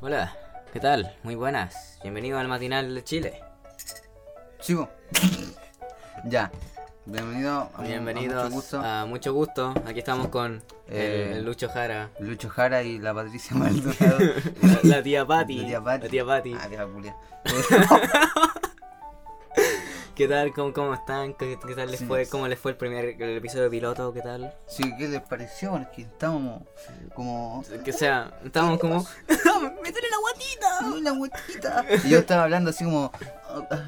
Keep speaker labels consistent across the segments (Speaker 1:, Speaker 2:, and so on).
Speaker 1: Hola, ¿qué tal? Muy buenas. Bienvenido al matinal de Chile.
Speaker 2: Chivo. ya. Bienvenido. a- a
Speaker 1: Bienvenidos
Speaker 2: mucho gusto.
Speaker 1: a Mucho Gusto. Aquí estamos con el-
Speaker 2: Eh,
Speaker 1: el Lucho Jara,
Speaker 2: Lucho Jara y la Patricia Maldonado.
Speaker 1: la, la tía Patti.
Speaker 2: La tía Pati.
Speaker 1: La tía Pati.
Speaker 2: Ah, vieja culia.
Speaker 1: ¿Qué tal? ¿Cómo, cómo están? ¿Qué, qué tal les
Speaker 2: Sí.
Speaker 1: fue? ¿Cómo les fue el primer el episodio piloto? ¿Qué tal?
Speaker 2: sí, ¿qué les pareció? Porque estábamos como.
Speaker 1: Que sea, estábamos como... ¡Me duele la guatita!
Speaker 2: ¡Ay, la huequita! Y yo estaba hablando así como.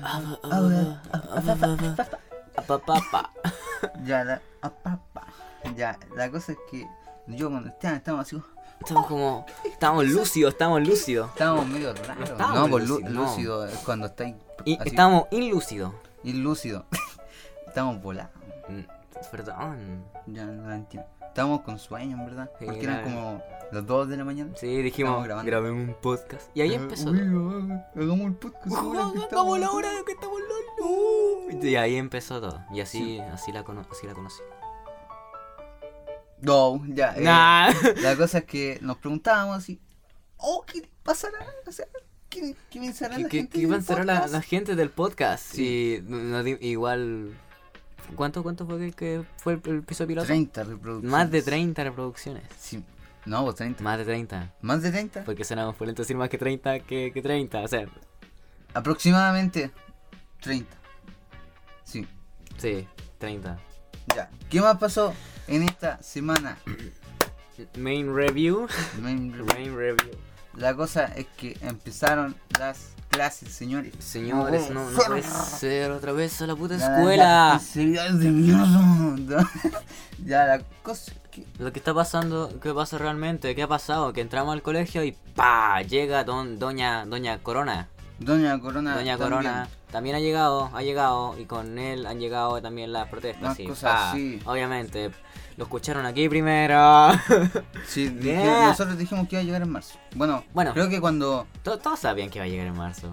Speaker 2: "Ah,
Speaker 1: Papá.
Speaker 2: Ya, la. ah, pa, pa. Ya, la cosa es que yo con Esteban estábamos así como.
Speaker 1: Estamos como... Estamos lúcidos, estamos lúcidos.
Speaker 2: Estábamos medio raros.
Speaker 1: estábamos
Speaker 2: no, pues lú-
Speaker 1: lúcidos, no.
Speaker 2: lúcido es cuando estáis.
Speaker 1: Y
Speaker 2: así,
Speaker 1: estamos ilúcidos.
Speaker 2: Ilúcido. estamos volados.
Speaker 1: Mm, Perdón.
Speaker 2: Ya no la entiendo. Estábamos con sueño, en verdad.
Speaker 1: Sí,
Speaker 2: Porque eran
Speaker 1: claro.
Speaker 2: como las 2 de la mañana.
Speaker 1: Sí, dijimos,
Speaker 2: Estamos grabando. Eh,
Speaker 1: grabemos un podcast. Y ahí empezó. todo.
Speaker 2: hagamos el podcast.
Speaker 1: Hagamos la hora que estamos LOL. Y ahí empezó todo. Y así, así, la, cono- así la conocí.
Speaker 2: No, ya. eh,
Speaker 1: Nah.
Speaker 2: La cosa es que nos preguntábamos así. Oh, ¿qué pasará? O sea, ¿qué, qué pensará
Speaker 1: ¿Qué,
Speaker 2: la
Speaker 1: qué,
Speaker 2: gente?
Speaker 1: qué
Speaker 2: del
Speaker 1: pensará la,
Speaker 2: podcast?
Speaker 1: la gente del podcast?
Speaker 2: Sí.
Speaker 1: Y nos di- igual. ¿Cuánto, cuánto fue que, que fue el, el piso piloto?
Speaker 2: 30 reproducciones.
Speaker 1: Más de 30 reproducciones.
Speaker 2: Sí. No, pues 30.
Speaker 1: Más de 30.
Speaker 2: Más de 30.
Speaker 1: Porque sonamos por lento decir más que 30 que, que 30. O sea,
Speaker 2: Aproximadamente 30. Sí.
Speaker 1: sí, 30.
Speaker 2: Ya. ¿Qué más pasó en esta semana?
Speaker 1: Main review.
Speaker 2: Me-
Speaker 1: Main review.
Speaker 2: La cosa es que empezaron las clases, señores.
Speaker 1: Señores, no, no
Speaker 2: puede
Speaker 1: puede
Speaker 2: ser.
Speaker 1: ser otra vez a la puta
Speaker 2: La- la-
Speaker 1: escuela.
Speaker 2: las actividades de mierda. ya, la cosa es que.
Speaker 1: Lo que está pasando, ¿qué pasa realmente? ¿Qué ha pasado? Que entramos al colegio y pa llega don, doña doña Corona.
Speaker 2: Doña Corona.
Speaker 1: doña
Speaker 2: también.
Speaker 1: Corona también ha llegado, ha llegado y con él han llegado también las protestas.
Speaker 2: Más
Speaker 1: Sí,
Speaker 2: cosas
Speaker 1: pa,
Speaker 2: así.
Speaker 1: Obviamente, lo escucharon aquí primero.
Speaker 2: Sí, dije-
Speaker 1: Yeah.
Speaker 2: nosotros dijimos que iba a llegar en marzo. Bueno,
Speaker 1: Bueno.
Speaker 2: creo que cuando.
Speaker 1: To- todos sabían que iba a llegar en marzo.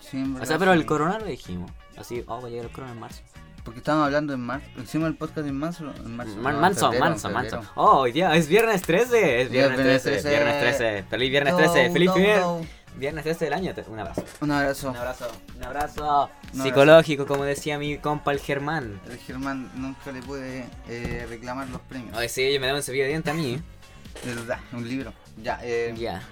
Speaker 2: sí, en
Speaker 1: O
Speaker 2: verdad,
Speaker 1: sea, pero
Speaker 2: sí.
Speaker 1: el Corona lo dijimos. Así, oh, va a llegar el Corona en marzo.
Speaker 2: Porque estábamos hablando en marzo. Hicimos el podcast en marzo. En marzo.
Speaker 1: Man-
Speaker 2: no, en
Speaker 1: manso,
Speaker 2: febrero, en
Speaker 1: manso, manso.
Speaker 2: febrero.
Speaker 1: Oh, hoy día es viernes 13. Es
Speaker 2: Ya,
Speaker 1: viernes
Speaker 2: viernes
Speaker 1: 13,
Speaker 2: 13.
Speaker 1: viernes 13. Feliz viernes
Speaker 2: Go,
Speaker 1: 13. Feliz
Speaker 2: go,
Speaker 1: primer
Speaker 2: go.
Speaker 1: viernes 13 del año. Te- Un abrazo.
Speaker 2: Un abrazo.
Speaker 1: Un abrazo, un abrazo
Speaker 2: Un
Speaker 1: psicológico, como decía mi compa el Germán.
Speaker 2: El Eh, Germán nunca le pude eh, reclamar los premios.
Speaker 1: Ay, sí, me da un cepillo de diente a mí.
Speaker 2: De verdad, un libro. Ya, eh,
Speaker 1: Ya.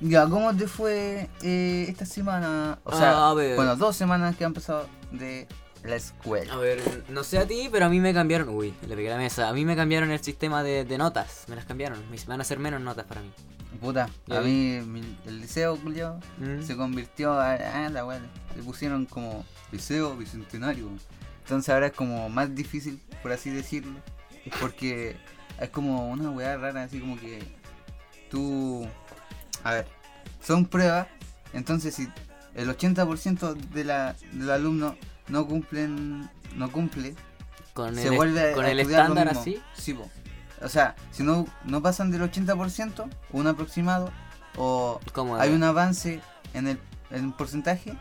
Speaker 2: Ya, ¿cómo te fue eh, esta semana? O sea,
Speaker 1: Ah, A ver.
Speaker 2: bueno, dos semanas que han pasado de la escuela.
Speaker 1: A ver, no sé a ti, pero a mí me cambiaron. Uy, le pegué a la mesa. A mí me cambiaron el sistema de, de notas. Me las cambiaron. Me van a hacer menos notas para mí.
Speaker 2: Puta,
Speaker 1: Ah. Ya
Speaker 2: a mí mi- el liceo, Julio,
Speaker 1: Mm.
Speaker 2: se convirtió a, a la wea, Le pusieron como liceo bicentenario. Entonces ahora es como más difícil, por así decirlo. Porque es como una weá rara, así como que tú... A ver, son pruebas. Entonces si el 80% de la, del alumno no cumplen... No cumple,
Speaker 1: Con
Speaker 2: se
Speaker 1: el,
Speaker 2: vuelve
Speaker 1: con
Speaker 2: a
Speaker 1: el
Speaker 2: estudiar lo
Speaker 1: estándar
Speaker 2: mismo.
Speaker 1: así.
Speaker 2: Sí, po. O sea, si no, no pasan del 80%, un aproximado, o
Speaker 1: ¿Cómo?
Speaker 2: hay un avance en el en porcentaje,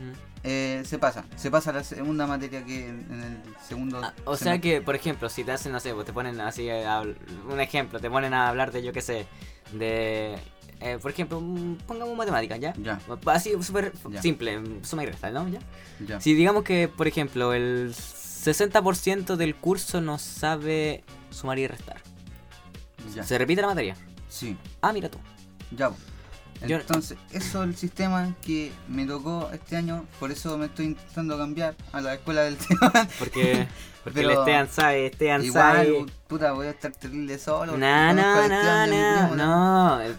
Speaker 1: Mm.
Speaker 2: eh, se pasa. Se pasa a la segunda materia que en, en el segundo.
Speaker 1: Ah, O sea
Speaker 2: semestre.
Speaker 1: que, por ejemplo, si te hacen, no sé, pues te ponen así, eh, a habl- un ejemplo, te ponen a hablar de, yo qué sé, de, eh, por ejemplo, mm, pongamos matemáticas, ¿ya?
Speaker 2: Ya,
Speaker 1: Así, súper
Speaker 2: Ya.
Speaker 1: simple, mm, suma y resta, ¿no? ¿Ya?
Speaker 2: ya.
Speaker 1: Si digamos que, por ejemplo, el 60% del curso no sabe sumar y restar.
Speaker 2: ya.
Speaker 1: Se repite la materia.
Speaker 2: Sí,
Speaker 1: Ah, mira tú.
Speaker 2: ya. po.
Speaker 1: Yo-
Speaker 2: Entonces, eso es el sistema que me tocó este año, por eso me estoy intentando cambiar a la escuela del tema.
Speaker 1: Porque, porque
Speaker 2: Pero-
Speaker 1: el Esteban sabe, Esteban
Speaker 2: Igual,
Speaker 1: sabe.
Speaker 2: puta, voy a estar terrible
Speaker 1: No,
Speaker 2: solo. conozco
Speaker 1: no,
Speaker 2: al
Speaker 1: no,
Speaker 2: Esteban y a mi
Speaker 1: no,
Speaker 2: primo,
Speaker 1: no. El-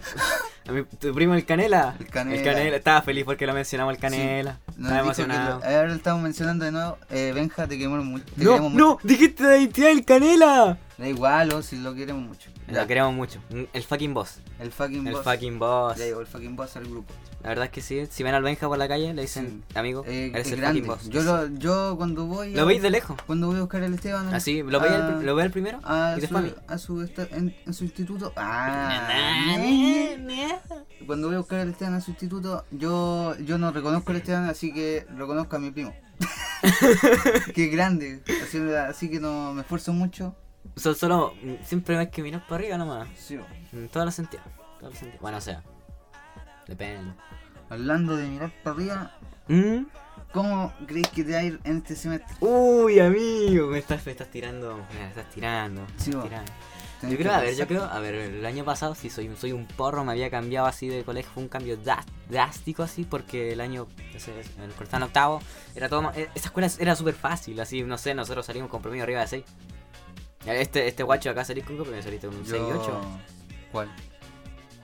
Speaker 1: a mi- tu primo el Canela.
Speaker 2: El Canela.
Speaker 1: Estaba feliz porque lo mencionamos el Canela.
Speaker 2: Nos
Speaker 1: Estaba
Speaker 2: dijo que
Speaker 1: emocionado.
Speaker 2: lo- ahora lo estamos mencionando de nuevo. Eh, Benja, te queremos mucho. Te
Speaker 1: No,
Speaker 2: queremos mucho.
Speaker 1: no, dijiste la identidad del Canela.
Speaker 2: Da igual, o si lo queremos mucho. Ya,
Speaker 1: Lo queremos mucho. El fucking boss.
Speaker 2: El fucking
Speaker 1: El
Speaker 2: boss.
Speaker 1: fucking boss.
Speaker 2: Ya llegó el fucking boss al grupo.
Speaker 1: La verdad es que sí. Si ven al Benja por la calle, le dicen, amigo,
Speaker 2: Eh,
Speaker 1: eres
Speaker 2: es
Speaker 1: el
Speaker 2: grande.
Speaker 1: fucking boss.
Speaker 2: Yo, lo, yo cuando voy.
Speaker 1: Lo
Speaker 2: a-
Speaker 1: veis de lejos.
Speaker 2: Cuando voy a buscar al Esteban.
Speaker 1: Así, lo veis al,
Speaker 2: a-
Speaker 1: pri- lo veis al primero.
Speaker 2: A
Speaker 1: y
Speaker 2: su,
Speaker 1: después a mí.
Speaker 2: a su esta- en, en su instituto. Ah,
Speaker 1: Na, na, na.
Speaker 2: cuando voy a buscar al Esteban a su instituto, yo, yo no reconozco al Esteban, así que reconozco a mi primo. que es grande. Así, así que no me esfuerzo mucho.
Speaker 1: So- solo, mm, siempre hay que mirar para arriba nomás.
Speaker 2: Sí,
Speaker 1: En todos los sentidos. todos los sentidos. Bueno, o sea. Depende.
Speaker 2: Hablando de mirar para arriba,
Speaker 1: ¿Mm?
Speaker 2: ¿cómo crees que te va a ir en este semestre?
Speaker 1: Uy, amigo, me estás, me estás tirando. Me estás tirando. me
Speaker 2: Sí,
Speaker 1: estás
Speaker 2: vos.
Speaker 1: tirando.
Speaker 2: Tenés
Speaker 1: Yo
Speaker 2: que
Speaker 1: creo, a ver, yo
Speaker 2: pensar.
Speaker 1: creo, a ver, el año pasado sí soy, un- soy un porro, me había cambiado así de colegio, fue un cambio dras- drástico así, porque el año, no sé, en el cortán octavo, era todo, ma- eh, esa escuela era súper fácil, así, no sé, nosotros salimos con promedio arriba de 6. Este, este guacho acá salí con promedio, saliste con un 6 y 8.
Speaker 2: ¿Cuál?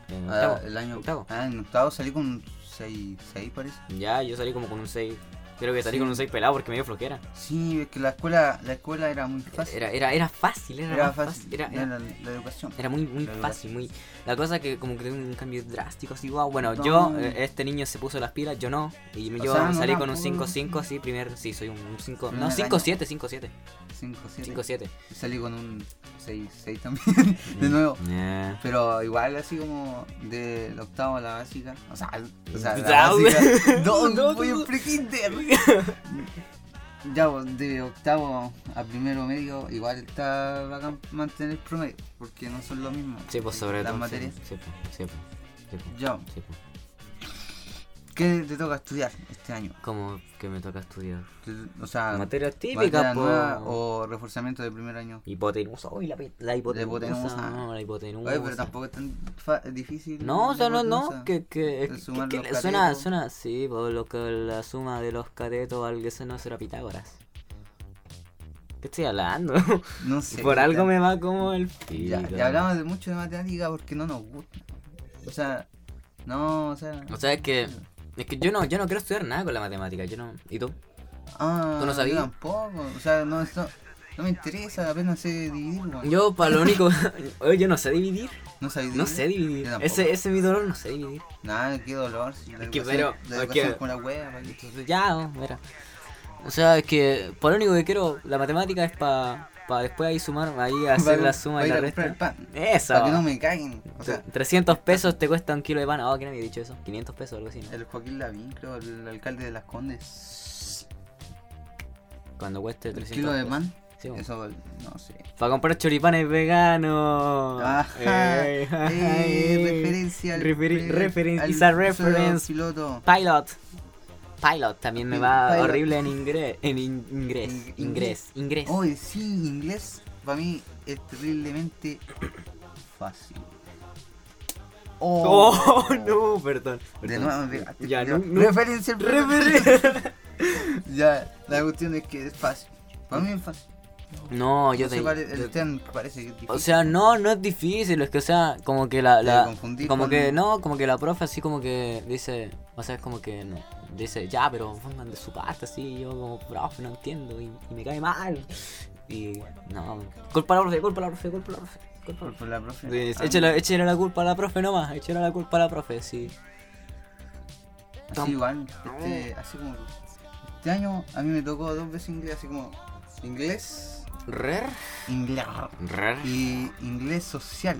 Speaker 1: en
Speaker 2: Ah,
Speaker 1: octavo.
Speaker 2: el año
Speaker 1: Octavo.
Speaker 2: Ah, en octavo salí con un 6, 6 parece.
Speaker 1: Ya, yo salí como con un 6, creo que salí
Speaker 2: Sí.
Speaker 1: con un 6 pelado porque me dio flojera.
Speaker 2: Sí, es que la escuela, la escuela era muy fácil.
Speaker 1: Era, era, era fácil, era,
Speaker 2: Era
Speaker 1: más
Speaker 2: fácil,
Speaker 1: era- era-
Speaker 2: la, la educación.
Speaker 1: Era muy, muy
Speaker 2: La verdad.
Speaker 1: fácil, muy... La cosa que como que tengo un cambio drástico así, wow, bueno,
Speaker 2: No.
Speaker 1: yo, eh, este niño se puso las pilas, yo no. Y yo
Speaker 2: sea, no,
Speaker 1: salí
Speaker 2: no,
Speaker 1: con un
Speaker 2: no.
Speaker 1: 5-5, sí, primer, sí, soy un 5,
Speaker 2: Primer
Speaker 1: no,
Speaker 2: año.
Speaker 1: 5-7, 5-7,
Speaker 2: 5, 7.
Speaker 1: 5-7.
Speaker 2: Salí con un 6, 6 también, de nuevo.
Speaker 1: Mm, Yeah.
Speaker 2: Pero igual así como del octavo a la básica. O sea, o sea la
Speaker 1: Ya, güey.
Speaker 2: básica. No,
Speaker 1: No,
Speaker 2: no, voy
Speaker 1: no.
Speaker 2: en prekinder. Ya, pues, de octavo a primero medio, igual está bacán mantener promedio, porque no son lo mismo.
Speaker 1: Sí, pues sobre
Speaker 2: Las
Speaker 1: todo.
Speaker 2: materias.
Speaker 1: Sí, sí, pues, sí, pues, sí, pues,
Speaker 2: Ya,
Speaker 1: sí, pues.
Speaker 2: ¿qué te toca estudiar este año?
Speaker 1: Como que me toca estudiar.
Speaker 2: Te- O
Speaker 1: Materias
Speaker 2: sea, Ah, materia
Speaker 1: típicas,
Speaker 2: nueva
Speaker 1: po.
Speaker 2: o reforzamiento de primer año.
Speaker 1: Hipotenusa, uy, la, pi- la hipotenusa.
Speaker 2: hipotenusa.
Speaker 1: no, la hipotenusa.
Speaker 2: Oye, pero tampoco es tan fa- difícil.
Speaker 1: No, o sea, no, no,
Speaker 2: hipotenusa.
Speaker 1: que, que,
Speaker 2: El
Speaker 1: que-
Speaker 2: sumar
Speaker 1: que
Speaker 2: los
Speaker 1: le- suena,
Speaker 2: catetos.
Speaker 1: suena, sí, po, lo que la suma de los catetos al que se no será Pitágoras. ¿Qué estoy hablando?
Speaker 2: No sé.
Speaker 1: Por algo
Speaker 2: tal-
Speaker 1: me va como el
Speaker 2: Ya,
Speaker 1: pico.
Speaker 2: ya hablamos de mucho de matemática porque no nos gusta. O sea, no, o sea.
Speaker 1: O sea, es que, es que yo no, yo no quiero estudiar nada con la matemática, yo no, ¿y tú?
Speaker 2: ah,
Speaker 1: ¿tú no
Speaker 2: yo
Speaker 1: sabías?
Speaker 2: Tampoco, o sea, no, no, no me interesa, apenas sé dividir, weón.
Speaker 1: Yo, para lo único, oye, yo no sé dividir,
Speaker 2: No sabía
Speaker 1: no sé dividir,
Speaker 2: Yo tampoco.
Speaker 1: ese, ese es mi dolor, no sé dividir.
Speaker 2: Nada, qué dolor. si la
Speaker 1: que,
Speaker 2: educación-
Speaker 1: pero,
Speaker 2: la
Speaker 1: es
Speaker 2: educación
Speaker 1: que-
Speaker 2: con la wea, pa' que-
Speaker 1: Entonces, ya, oh, mira. O sea, es que, por lo único que quiero, la matemática es para pa después ahí sumar, ahí hacer
Speaker 2: pa-
Speaker 1: la suma
Speaker 2: pa'
Speaker 1: y
Speaker 2: ir
Speaker 1: la
Speaker 2: a comprar el
Speaker 1: resta.
Speaker 2: pan,
Speaker 1: Eso.
Speaker 2: Para que no me caguen. O sea,
Speaker 1: 300 pesos te cuesta un kilo de pan. Oh, ¿quién había dicho eso? 500 pesos, algo así, ¿no?
Speaker 2: el Joaquín Lavín, creo, el alcalde de Las Condes.
Speaker 1: Cuando cueste
Speaker 2: El
Speaker 1: 300
Speaker 2: kilo de
Speaker 1: pesos.
Speaker 2: pan,
Speaker 1: Sí, bueno.
Speaker 2: eso, no sé.
Speaker 1: Para comprar choripanes veganos.
Speaker 2: Ajá,
Speaker 1: Ey,
Speaker 2: Ah, eh,
Speaker 1: ey.
Speaker 2: referencia al
Speaker 1: Referi-
Speaker 2: pre-
Speaker 1: referen-
Speaker 2: al
Speaker 1: is a
Speaker 2: episodio
Speaker 1: reference.
Speaker 2: piloto.
Speaker 1: Pilot. Pilot también me va
Speaker 2: Pilot.
Speaker 1: horrible en inglés. En in- inglés.
Speaker 2: In-
Speaker 1: Inglés. Inglés.
Speaker 2: Oye, sí, inglés para mí es terriblemente fácil.
Speaker 1: Oh, no, perdón.
Speaker 2: De
Speaker 1: perdón.
Speaker 2: nuevo, me pegaste,
Speaker 1: Ya,
Speaker 2: culiao.
Speaker 1: no, no.
Speaker 2: Referencia al
Speaker 1: Referen-
Speaker 2: Ya, la cuestión es que es fácil. Para mí es fácil.
Speaker 1: No, yo
Speaker 2: No sé
Speaker 1: te.
Speaker 2: cuál es-
Speaker 1: yo-
Speaker 2: el TEN parece que es difícil.
Speaker 1: O sea, no, no es difícil, es que, o sea, como que la...
Speaker 2: Te
Speaker 1: la-
Speaker 2: confundí
Speaker 1: como
Speaker 2: con-
Speaker 1: que, no, como que la profe así como que dice, o sea, es como que, no, dice, ya, pero pongan de su parte, así, y yo como, profe, no entiendo, y, y me cae mal. Y, no, culpa a la profe, culpa a la profe, culpa a la profe, culpa a la
Speaker 2: por,
Speaker 1: profe.
Speaker 2: por la profe.
Speaker 1: Pues,
Speaker 2: Ah,
Speaker 1: échale, échale la culpa a la profe nomás, échale la culpa a la profe, sí.
Speaker 2: Así igual, este, así como... Este año a mí me tocó dos veces inglés, así como... Inglés...
Speaker 1: ¿Rer?
Speaker 2: Inglés...
Speaker 1: ¿Rer?
Speaker 2: y inglés social.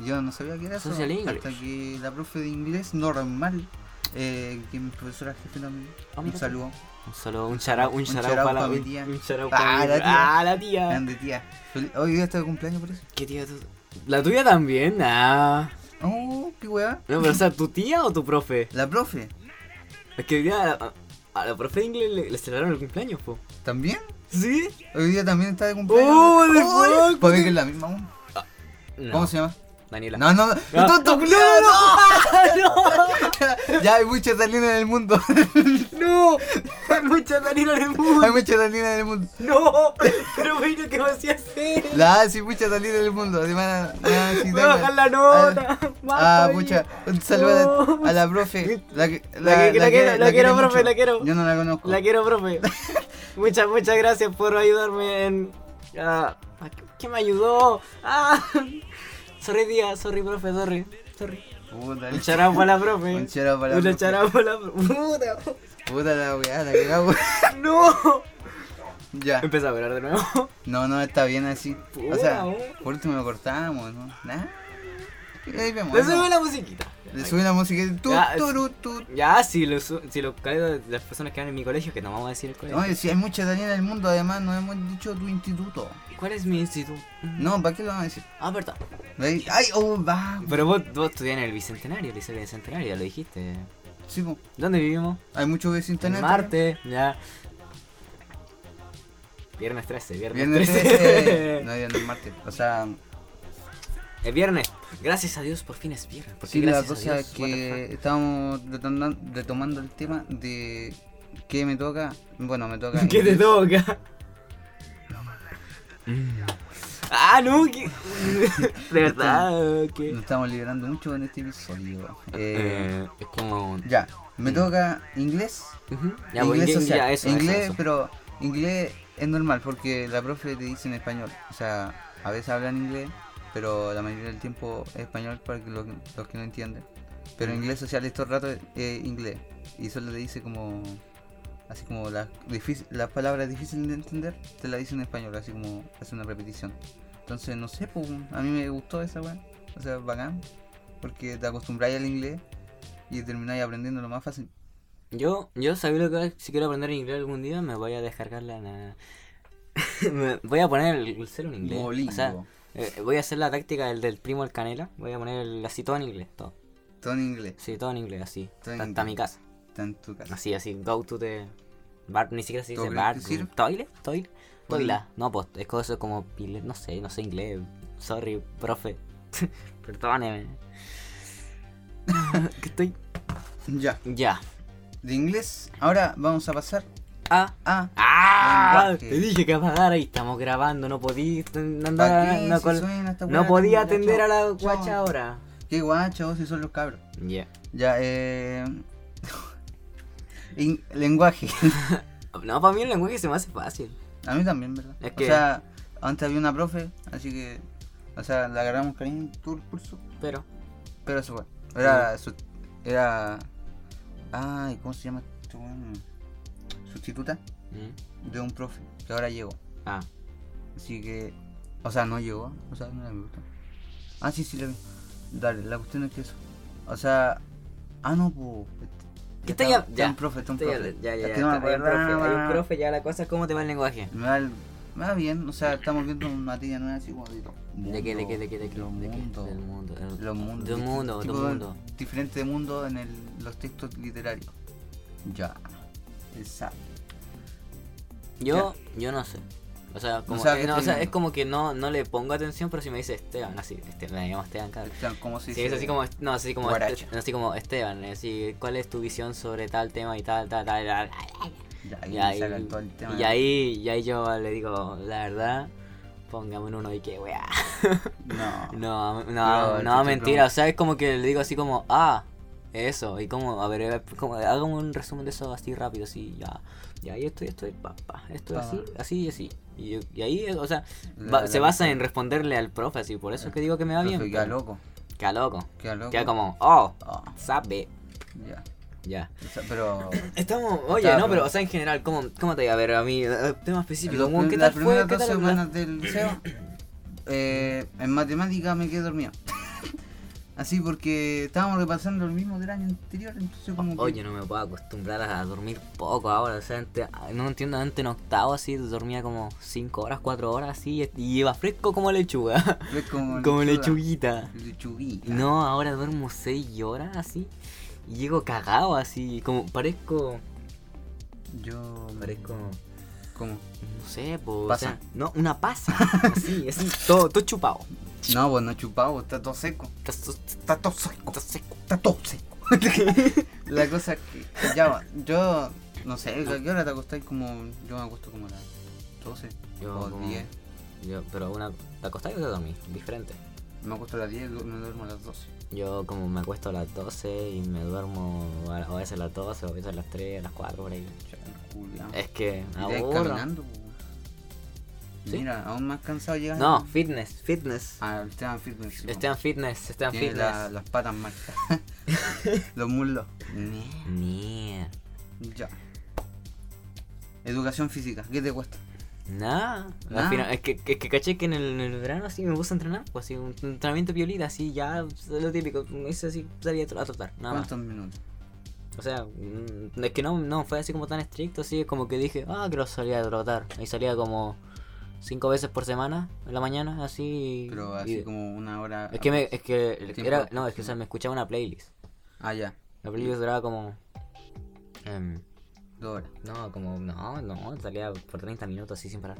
Speaker 2: Yo no sabía qué era eso.
Speaker 1: Social English.
Speaker 2: Hasta que la profe de inglés normal, eh, que mi profesora jefe también,
Speaker 1: Ah,
Speaker 2: un
Speaker 1: mira.
Speaker 2: saludo,
Speaker 1: Solo un charao, un charao
Speaker 2: charao
Speaker 1: para
Speaker 2: pa'
Speaker 1: la
Speaker 2: mi
Speaker 1: un-
Speaker 2: tía.
Speaker 1: Un charao
Speaker 2: Ah,
Speaker 1: para mi-
Speaker 2: la tía.
Speaker 1: Ah, la tía.
Speaker 2: grande tía. Fel- Hoy día está de cumpleaños por eso.
Speaker 1: ¿Qué tía tú? ¿La tuya también? Ah.
Speaker 2: Oh, qué weá.
Speaker 1: No, pero o sea, ¿tu tía o tu profe?
Speaker 2: La profe,
Speaker 1: Es que hoy día a, a la profe de inglés le, le celebraron el cumpleaños, po.
Speaker 2: ¿también?
Speaker 1: ¿Sí?
Speaker 2: Hoy día también está de cumpleaños.
Speaker 1: Oh, the
Speaker 2: Oh,
Speaker 1: fuck.
Speaker 2: ¿Puedo ver que es la misma aún?
Speaker 1: No,
Speaker 2: ¿Cómo se llama?
Speaker 1: Daniela.
Speaker 2: No, no, no.
Speaker 1: No.
Speaker 2: ¡Tonto,
Speaker 1: No,
Speaker 2: culiao, no!
Speaker 1: no,
Speaker 2: ya hay mucha salina en el mundo.
Speaker 1: no, hay mucha Daniela en el
Speaker 2: hay
Speaker 1: mundo.
Speaker 2: mucha salina en el mundo.
Speaker 1: No, pero bueno, ¿qué vas a hacer?
Speaker 2: La sí, mucha salina en el mundo. Además, ah, sí,
Speaker 1: Voy a
Speaker 2: dale.
Speaker 1: bajar la nota. Basta,
Speaker 2: Ah,
Speaker 1: oye.
Speaker 2: mucha. Un saludo a, a la profe. La, que-
Speaker 1: La que- la quiero, la quiero, profe,
Speaker 2: mucho.
Speaker 1: la quiero.
Speaker 2: Yo no la conozco.
Speaker 1: La quiero, profe. muchas, muchas gracias por ayudarme en. ah, ¿a qué- ¿Qué me ayudó? Ah, sorry, día, sorry, profe, sorry. sorry.
Speaker 2: Puta,
Speaker 1: Un charao para la profe.
Speaker 2: Un charao para la
Speaker 1: Un
Speaker 2: profe.
Speaker 1: charao para la profe. Puta.
Speaker 2: puta la weá, la cagamos.
Speaker 1: No.
Speaker 2: ya.
Speaker 1: Empieza a hablar de nuevo.
Speaker 2: No, no, está bien así. O sea,
Speaker 1: Puta, weón.
Speaker 2: por último lo cortamos, ¿no? Nada. Y ahí vemos.
Speaker 1: Le
Speaker 2: ahí
Speaker 1: sube
Speaker 2: vemos.
Speaker 1: la musiquita.
Speaker 2: Le subí la música y tú,
Speaker 1: Ya,
Speaker 2: turu, tu.
Speaker 1: Ya, si lo, su- si lo caigo de las personas que van en mi colegio, que no vamos a decir el colegio.
Speaker 2: Oye, si hay mucha italiana en el mundo, además no hemos dicho tu instituto.
Speaker 1: ¿Cuál es mi instituto?
Speaker 2: No, ¿para qué lo vamos a decir?
Speaker 1: Ah, verdad.
Speaker 2: Ahí- Ay, oh, va.
Speaker 1: Pero vos, vos estudiás en el Bicentenario, el Liceo Bicentenario, ya lo dijiste.
Speaker 2: Sí, po.
Speaker 1: ¿Dónde vivimos?
Speaker 2: hay muchos vecinos
Speaker 1: En
Speaker 2: italianos.
Speaker 1: Marte, ya. Viernes 13, viernes,
Speaker 2: Viernes
Speaker 1: 13.
Speaker 2: 13. no, viernes martes. O sea,
Speaker 1: Es viernes. Gracias a Dios, por fin es viernes. Porque
Speaker 2: sí, la
Speaker 1: Pues gracias a
Speaker 2: cosa
Speaker 1: Dios,
Speaker 2: es
Speaker 1: what the
Speaker 2: que estábamos retornan- retomando el tema de qué me toca. Bueno, me toca.
Speaker 1: fuck. ¿Qué te
Speaker 2: inglés.
Speaker 1: toca? ah, no, que... De verdad, que...
Speaker 2: Nos estamos liberando mucho en este episodio. Eh,
Speaker 1: Eh, es como...
Speaker 2: Ya, me toca inglés.
Speaker 1: Ujú. Ya, pues,
Speaker 2: inglés
Speaker 1: inglés,
Speaker 2: social.
Speaker 1: ya, eso,
Speaker 2: inglés,
Speaker 1: eso, eso.
Speaker 2: pero inglés es normal porque la profe te dice en español. O sea, a veces hablan inglés, pero la mayoría del tiempo es español para que los, los que no entienden. Pero inglés social es todo el rato es inglés. Y solo te dice como. Así como las difícil- las palabras difíciles de entender, te las dice en español, así como hace una repetición. Entonces, no sé, pues, a mí me gustó esa weá. O sea, bacán. Porque te acostumbráis al inglés y termináis aprendiendo lo más fácil.
Speaker 1: Yo, yo sabía lo que si quiero aprender inglés algún día me voy a descargar la... la- me voy a poner el, el celo en inglés. O sea,
Speaker 2: Duolingo.
Speaker 1: eh, voy a hacer la táctica del, del primo al canela. Voy a poner el- así todo en inglés. Todo.
Speaker 2: Todo en inglés.
Speaker 1: Sí, todo en inglés, así.
Speaker 2: Todo en
Speaker 1: Hasta mi
Speaker 2: inglés.
Speaker 1: casa.
Speaker 2: Está en tu casa.
Speaker 1: Así, así. Go to the... Bar, ni siquiera se dice
Speaker 2: ¿Toilet
Speaker 1: bar.
Speaker 2: decir?
Speaker 1: Toilet, toilet.
Speaker 2: Toilet.
Speaker 1: Toila. No, pues es cosa como... pile- No sé, no sé inglés. Sorry, profe. Perdóneme. que estoy...
Speaker 2: Ya.
Speaker 1: Ya.
Speaker 2: De inglés, ahora vamos a pasar
Speaker 1: Ah.
Speaker 2: a.
Speaker 1: ¡Ah!
Speaker 2: Lenguaje.
Speaker 1: Te dije que apagara y estamos grabando, no podí no,
Speaker 2: ¿Pa'
Speaker 1: no,
Speaker 2: qué?
Speaker 1: no
Speaker 2: Si
Speaker 1: col-
Speaker 2: suena esta
Speaker 1: no
Speaker 2: weá,
Speaker 1: podía
Speaker 2: guacho.
Speaker 1: atender a la
Speaker 2: Chao.
Speaker 1: guacha ahora.
Speaker 2: Qué guacho, si son los cabros.
Speaker 1: Yeah.
Speaker 2: Ya, eh. in- lenguaje.
Speaker 1: No, para mí el lenguaje se me hace fácil.
Speaker 2: A mí también, ¿verdad?
Speaker 1: Es
Speaker 2: O
Speaker 1: que-
Speaker 2: sea, antes había una profe, así que. O sea, la agarramos cariño todo el curso.
Speaker 1: Pero.
Speaker 2: Pero eso fue. Era. su- era. Ay, ¿cómo se llama? este weón? Sustituta
Speaker 1: mm,
Speaker 2: de un profe que ahora llegó.
Speaker 1: Ah.
Speaker 2: Así que. O sea, no llegó. O sea, no la vi. Ah, sí, sí, la vi. Dale, la cuestión es que eso. O O sea. Ah, no, pues.
Speaker 1: ¿Qué está ya?
Speaker 2: Está
Speaker 1: Ya.
Speaker 2: un profe, está un
Speaker 1: Estoy-
Speaker 2: profe.
Speaker 1: Ya, ya,
Speaker 2: Es
Speaker 1: ya.
Speaker 2: que no me
Speaker 1: está- hay un
Speaker 2: acuerdo,
Speaker 1: profe, hay un
Speaker 2: ah,
Speaker 1: profe, ya la cosa es cómo te va el lenguaje.
Speaker 2: Me va, me va bien, o sea, estamos viendo una materia nueva así como de todo.
Speaker 1: ¿De qué, de qué, de qué, de qué?
Speaker 2: Los
Speaker 1: de qué?
Speaker 2: mundos.
Speaker 1: Del mundo. el-
Speaker 2: Los mundos.
Speaker 1: Del mundo, del
Speaker 2: tipo de-
Speaker 1: mundo.
Speaker 2: Diferente mundo en el- los textos literarios. Ya. Exacto.
Speaker 1: Yo, yo no sé. O sea, como,
Speaker 2: sabes
Speaker 1: que
Speaker 2: qué
Speaker 1: no,
Speaker 2: te
Speaker 1: o sea,
Speaker 2: digo.
Speaker 1: es como que no, no le pongo atención, pero si me dice Esteban, así, Esteban, me llamo Esteban, claro.
Speaker 2: O sea, ¿Cómo se
Speaker 1: Sí,
Speaker 2: dice?
Speaker 1: es así como, no, así como,
Speaker 2: Guaracha.
Speaker 1: este- así como Esteban, es decir, ¿cuál es tu visión sobre tal tema y tal, tal, tal, tal?
Speaker 2: Ya,
Speaker 1: Y
Speaker 2: ahí
Speaker 1: ahí,
Speaker 2: sacan todo el tema.
Speaker 1: y ahí, y ahí yo le digo, la verdad, póngame un uno y que weá.
Speaker 2: No.
Speaker 1: No, no,
Speaker 2: Claro,
Speaker 1: no,
Speaker 2: chucha,
Speaker 1: mentira,
Speaker 2: broma.
Speaker 1: o sea, es como que le digo así como, ah, eso, y como, a ver, eh, como, hagamos un resumen de eso así rápido, así, ya, y ahí esto, y esto, y pa, pa, esto,
Speaker 2: Pa.
Speaker 1: así, así, y así. Y, y ahí, eh, o sea,
Speaker 2: La-
Speaker 1: va-
Speaker 2: la
Speaker 1: se basa
Speaker 2: cuestión.
Speaker 1: en responderle al profe, así, por eso es que digo que me va bien.
Speaker 2: Profe, queda
Speaker 1: pero-
Speaker 2: loco.
Speaker 1: Queda loco.
Speaker 2: Queda loco.
Speaker 1: Queda como, oh,
Speaker 2: Ah,
Speaker 1: sabe,
Speaker 2: ya.
Speaker 1: ya.
Speaker 2: O sea, pero.
Speaker 1: Estamos, oye,
Speaker 2: Estaba
Speaker 1: no, pero,
Speaker 2: preguntando.
Speaker 1: o sea, en general, ¿cómo, cómo te iba a ver a mí? eh, Tema específico,
Speaker 2: los
Speaker 1: como,
Speaker 2: prim-
Speaker 1: ¿qué
Speaker 2: las
Speaker 1: tal fue?
Speaker 2: primeras
Speaker 1: ¿Qué
Speaker 2: dos
Speaker 1: tal la-
Speaker 2: semanas del liceo, eh, en matemática me quedé dormido. Así porque estábamos repasando el mismo del año anterior, entonces como que-
Speaker 1: Oye, no me puedo acostumbrar a dormir poco ahora, o sea, ante- no entiendo, antes en octavo así dormía como 5 horas, 4 horas así y iba fresco como lechuga,
Speaker 2: es como,
Speaker 1: como
Speaker 2: lechuga.
Speaker 1: lechuguita.
Speaker 2: Lechuguita.
Speaker 1: No, ahora duermo 6 horas así y llego cagado así, como parezco,
Speaker 2: Yo
Speaker 1: parezco,
Speaker 2: como
Speaker 1: no sé, po, o
Speaker 2: Pasa.
Speaker 1: sea, no, una pasa, así, así, todo, todo chupado.
Speaker 2: No, pues no chupado, está todo seco.
Speaker 1: Estás-
Speaker 2: Está todo seco.
Speaker 1: estás seco.
Speaker 2: Está todo seco. La cosa es que ya va, yo no sé, ¿a qué hora te acostáis? Como yo me acuesto como a las 12
Speaker 1: Yo
Speaker 2: o
Speaker 1: como-
Speaker 2: 10.
Speaker 1: Yo, pero una, ¿te acostás o te dormís? Diferente.
Speaker 2: Me acuesto a las 10 y me duermo a las 12.
Speaker 1: Yo como me acuesto a las 12 y me duermo a, a veces a las 12, a veces a las 3, a las 4 por ahí.
Speaker 2: Culeado.
Speaker 1: Es que
Speaker 2: Y te vas
Speaker 1: Eh, ahora...
Speaker 2: caminando, po.
Speaker 1: ¿Sí?
Speaker 2: Mira, aún más cansado llegas.
Speaker 1: No, fitness, fitness.
Speaker 2: Al Esteban Fitness. sí, po.
Speaker 1: Esteban Fitness, Esteban
Speaker 2: Tiene
Speaker 1: Fitness.
Speaker 2: la- las patas marcas. Los muslos. Ñe.
Speaker 1: Mierda.
Speaker 2: ya. Educación física, ¿qué te cuesta?
Speaker 1: Nada.
Speaker 2: Nah.
Speaker 1: Al final, es que, es que caché que en el, en el verano así me puse a entrenar, pues así, un un entrenamiento violita, así ya, lo típico, me hice así, salí a tro- a trotar, nada más.
Speaker 2: ¿Cuántos minutos?
Speaker 1: O sea, mm, es que no, no fue así como tan estricto, así es como que dije, ah, quiero salir a trotar. Y salía como cinco veces por semana, en la mañana, así.
Speaker 2: Pero
Speaker 1: y-
Speaker 2: así como una hora.
Speaker 1: Es que, me, es que el-
Speaker 2: Tiempo
Speaker 1: era,
Speaker 2: de
Speaker 1: no, es que o sea, me escuchaba una playlist.
Speaker 2: Ah, ya,
Speaker 1: La playlist duraba como... em,
Speaker 2: dos horas.
Speaker 1: no, como, no, no, salía por 30 minutos así sin parar.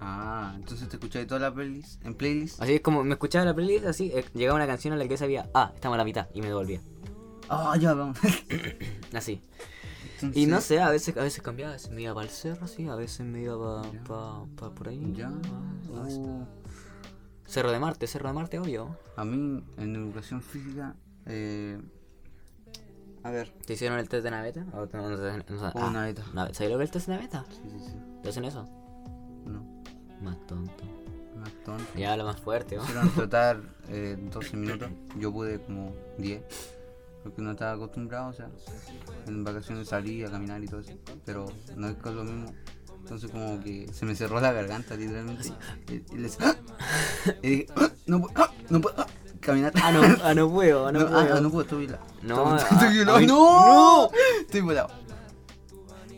Speaker 2: Ah, entonces te escucháis toda la playlist. En playlist.
Speaker 1: Así es como me escuchaba la playlist, así eh, llegaba una canción en la que sabía, ah, estamos a la mitad, y me devolvía.
Speaker 2: Ah, ya, vamos.
Speaker 1: Así.
Speaker 2: Entonces,
Speaker 1: Y no sé, a veces, a veces cambiaba, a veces me iba para el cerro, así, a veces me iba
Speaker 2: Ya.
Speaker 1: para por ahí. Ah,
Speaker 2: Ya.
Speaker 1: a- a veces-
Speaker 2: oh.
Speaker 1: Cerro de Marte, Cerro de Marte, obvio.
Speaker 2: A mí, en educación física. Eh... A ver.
Speaker 1: ¿Te hicieron el test de naveta? ¿O no, no sé- no sé-
Speaker 2: Oh,
Speaker 1: ah,
Speaker 2: naveta.
Speaker 1: nave- ¿Sabes lo que es el test de naveta?
Speaker 2: Sí, sí, sí.
Speaker 1: ¿Te hacen eso?
Speaker 2: No,
Speaker 1: Más tonto.
Speaker 2: más tonto.
Speaker 1: Ya habla más fuerte, ¿no?
Speaker 2: Hicieron trotar eh, 12 minutos. Yo pude como 10. Porque no estaba acostumbrado, o sea, en vacaciones salí a caminar y todo eso. Pero no es que es lo mismo. Entonces como que se me cerró la garganta literalmente. Y, y les- ¡Ah! y dije, "Ah, no puedo, ah, no puedo ah", caminar.
Speaker 1: Ah, no, ah, no puedo, ah, no,
Speaker 2: No, ah,
Speaker 1: puedo.
Speaker 2: no puedo, estoy helado.
Speaker 1: No, ah,
Speaker 2: Estoy- estoy
Speaker 1: a-
Speaker 2: helado.
Speaker 1: a mí-
Speaker 2: ¡No! Estoy volado.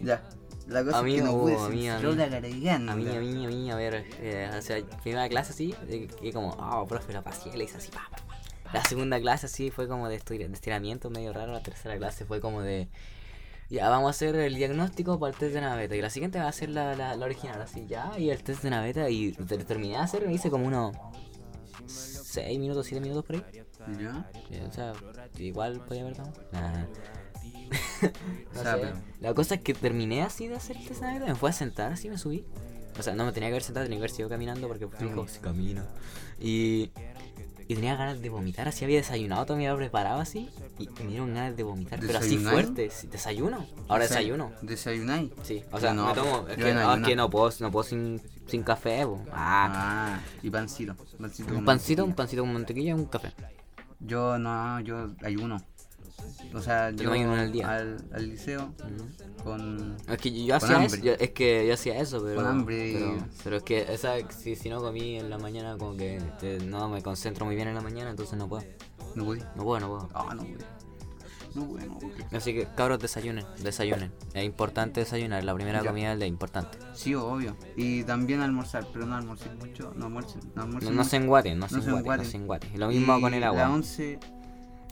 Speaker 2: Ya. La cosa
Speaker 1: A mí,
Speaker 2: es que no
Speaker 1: oh,
Speaker 2: pude,
Speaker 1: a
Speaker 2: se me
Speaker 1: mí, a
Speaker 2: cerró
Speaker 1: mí.
Speaker 2: la garganta.
Speaker 1: A mí, a mí, a mí, a ver, eh, o sea, primera clase así, eh, que como, ah, profe, la pasé, le hice así, pa, pa, pa. La segunda clase así fue como de, estir- de estiramiento medio raro, la tercera clase fue como de, ya, vamos a hacer el diagnóstico para el test de naveta, y la siguiente va a ser la, la, la original, así, ya, y el test de naveta, y te- terminé de hacer, hice como unos 6 minutos, 7 minutos por ahí,
Speaker 2: ¿Ya?
Speaker 1: Sí, o sea, igual podía haber dado. Nah. No
Speaker 2: O sea,
Speaker 1: sé.
Speaker 2: pero-
Speaker 1: La cosa es que terminé así de hacer esta naveta, me fui a sentar así, me subí. O sea, no me tenía que haber sentado, tenía que haber sido caminando porque pues, fijo, si camino. Y, y tenía ganas de vomitar, así había desayunado, todavía me había preparado así. Y, y me dieron ganas de vomitar, pero así
Speaker 2: ¿Desayunáis?
Speaker 1: fuerte. sí, desayuno. Ahora
Speaker 2: Desa-
Speaker 1: desayuno.
Speaker 2: ¿Desayunáis?
Speaker 1: Sí, o
Speaker 2: Yo
Speaker 1: sea,
Speaker 2: no,
Speaker 1: me tomo.
Speaker 2: yo
Speaker 1: Es que,
Speaker 2: en
Speaker 1: no, es
Speaker 2: ayuna.
Speaker 1: que no puedo, no puedo sin, sin café, po. Ah,
Speaker 2: Ah, y pancito. pancito
Speaker 1: un
Speaker 2: con
Speaker 1: pancito, un
Speaker 2: mantequilla.
Speaker 1: pancito con mantequilla, un café.
Speaker 2: Yo no, yo ayuno. O sea, yo
Speaker 1: tomas ayuno al día?
Speaker 2: Al, al liceo
Speaker 1: Mm.
Speaker 2: con...
Speaker 1: Es que yo
Speaker 2: Con
Speaker 1: hacía eso,
Speaker 2: hambre.
Speaker 1: yo- es que yo hacía eso, pero,
Speaker 2: Con hambre y-
Speaker 1: pero, pero es que esa, si, si no comí en la mañana, como que este, no me concentro muy bien en la mañana, entonces no puedo,
Speaker 2: No pude.
Speaker 1: no puedo, no puedo.
Speaker 2: Ah, no pude. No pude, no pude.
Speaker 1: Así que cabros, desayunen, desayunen. Es importante desayunar, la primera
Speaker 2: Ya.
Speaker 1: comida es la importante.
Speaker 2: Sí, obvio. Y también almorzar, pero no almorcé mucho. No almorcé, no almorcé
Speaker 1: No, no se enguaten, no se
Speaker 2: No se
Speaker 1: enguaten, no
Speaker 2: enguaten.
Speaker 1: se enguaten. Lo mismo
Speaker 2: Y
Speaker 1: con el
Speaker 2: La
Speaker 1: agua.
Speaker 2: once...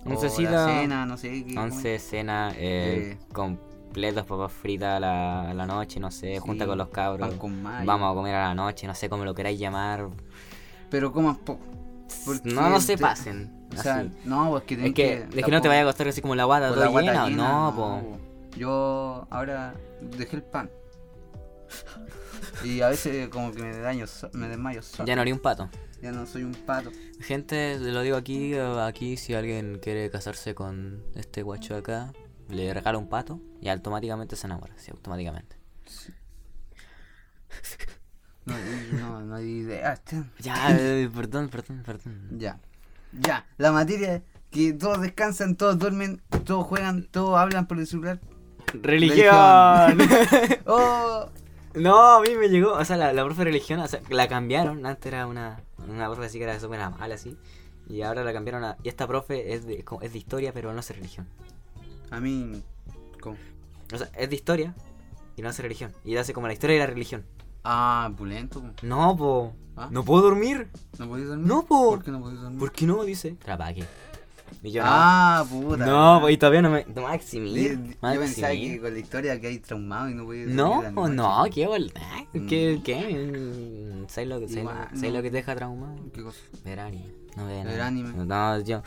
Speaker 2: o
Speaker 1: Oncecita-
Speaker 2: la cena, no sé qué.
Speaker 1: Once, cena, eh,
Speaker 2: Eh.
Speaker 1: completos, papas fritas a la, a la noche, no sé, junta
Speaker 2: Sí,
Speaker 1: con los cabros.
Speaker 2: pan con mayo.
Speaker 1: Vamos a comer a la noche, no sé cómo lo queráis llamar.
Speaker 2: Pero comas poco. Porque
Speaker 1: No, no se
Speaker 2: te-
Speaker 1: pasen.
Speaker 2: O sea,
Speaker 1: así.
Speaker 2: no, pues que
Speaker 1: Es
Speaker 2: tenés
Speaker 1: que, es que no te
Speaker 2: tampoco-
Speaker 1: vaya a costar así como la guata
Speaker 2: con
Speaker 1: toda
Speaker 2: la guata
Speaker 1: llena,
Speaker 2: llena,
Speaker 1: no, po.
Speaker 2: po. Yo ahora dejé el pan. Y a veces como que me daño, so- me desmayo solo.
Speaker 1: Ya no haría un pato.
Speaker 2: Ya no soy un pato.
Speaker 1: Gente, lo digo aquí, eh, aquí si alguien quiere casarse con este guacho de acá, le regala un pato y automáticamente se enamora, sí, automáticamente.
Speaker 2: No, y- no, no hay idea. este.
Speaker 1: Ya, eh, perdón, perdón, perdón.
Speaker 2: Ya. Ya. La materia es que todos descansan, todos duermen, todos juegan, todos hablan por el celular.
Speaker 1: ¡Religión!
Speaker 2: ¡Oh!
Speaker 1: no, a mí me llegó, o sea, la, la profe de religión, o sea, la cambiaron, antes era una, una profe así que era súper mala así, y ahora la cambiaron a, y esta profe es de, es de historia pero no hace religión.
Speaker 2: A mí... ¿cómo?
Speaker 1: O sea, es de historia y no hace religión. Y hace como la historia y la religión.
Speaker 2: Ah, pulento. po.
Speaker 1: No, po.
Speaker 2: ¿Ah?
Speaker 1: No puedo dormir.
Speaker 2: ¿No podías dormir?
Speaker 1: No, po.
Speaker 2: ¿Por qué no podías dormir?
Speaker 1: ¿Por qué no? Dice. Trabaje. Y yo
Speaker 2: Ah,
Speaker 1: no.
Speaker 2: puta.
Speaker 1: No, po, y todavía no me. No,
Speaker 2: Yo,
Speaker 1: Maximil.
Speaker 2: yo pensaba que con la historia que hay traumado y no pues podía dormir
Speaker 1: No,
Speaker 2: la
Speaker 1: po,
Speaker 2: noche.
Speaker 1: no, qué bol. ah, ¿Qué?
Speaker 2: Mm.
Speaker 1: ¿Qué? Mm, ¿Sabes lo que, sabes lo-
Speaker 2: Igual,
Speaker 1: sabes
Speaker 2: no.
Speaker 1: lo que te deja traumado?
Speaker 2: ¿Qué cosa?
Speaker 1: Ver anime. No veo
Speaker 2: Ver
Speaker 1: nada.
Speaker 2: anime.
Speaker 1: No, yo.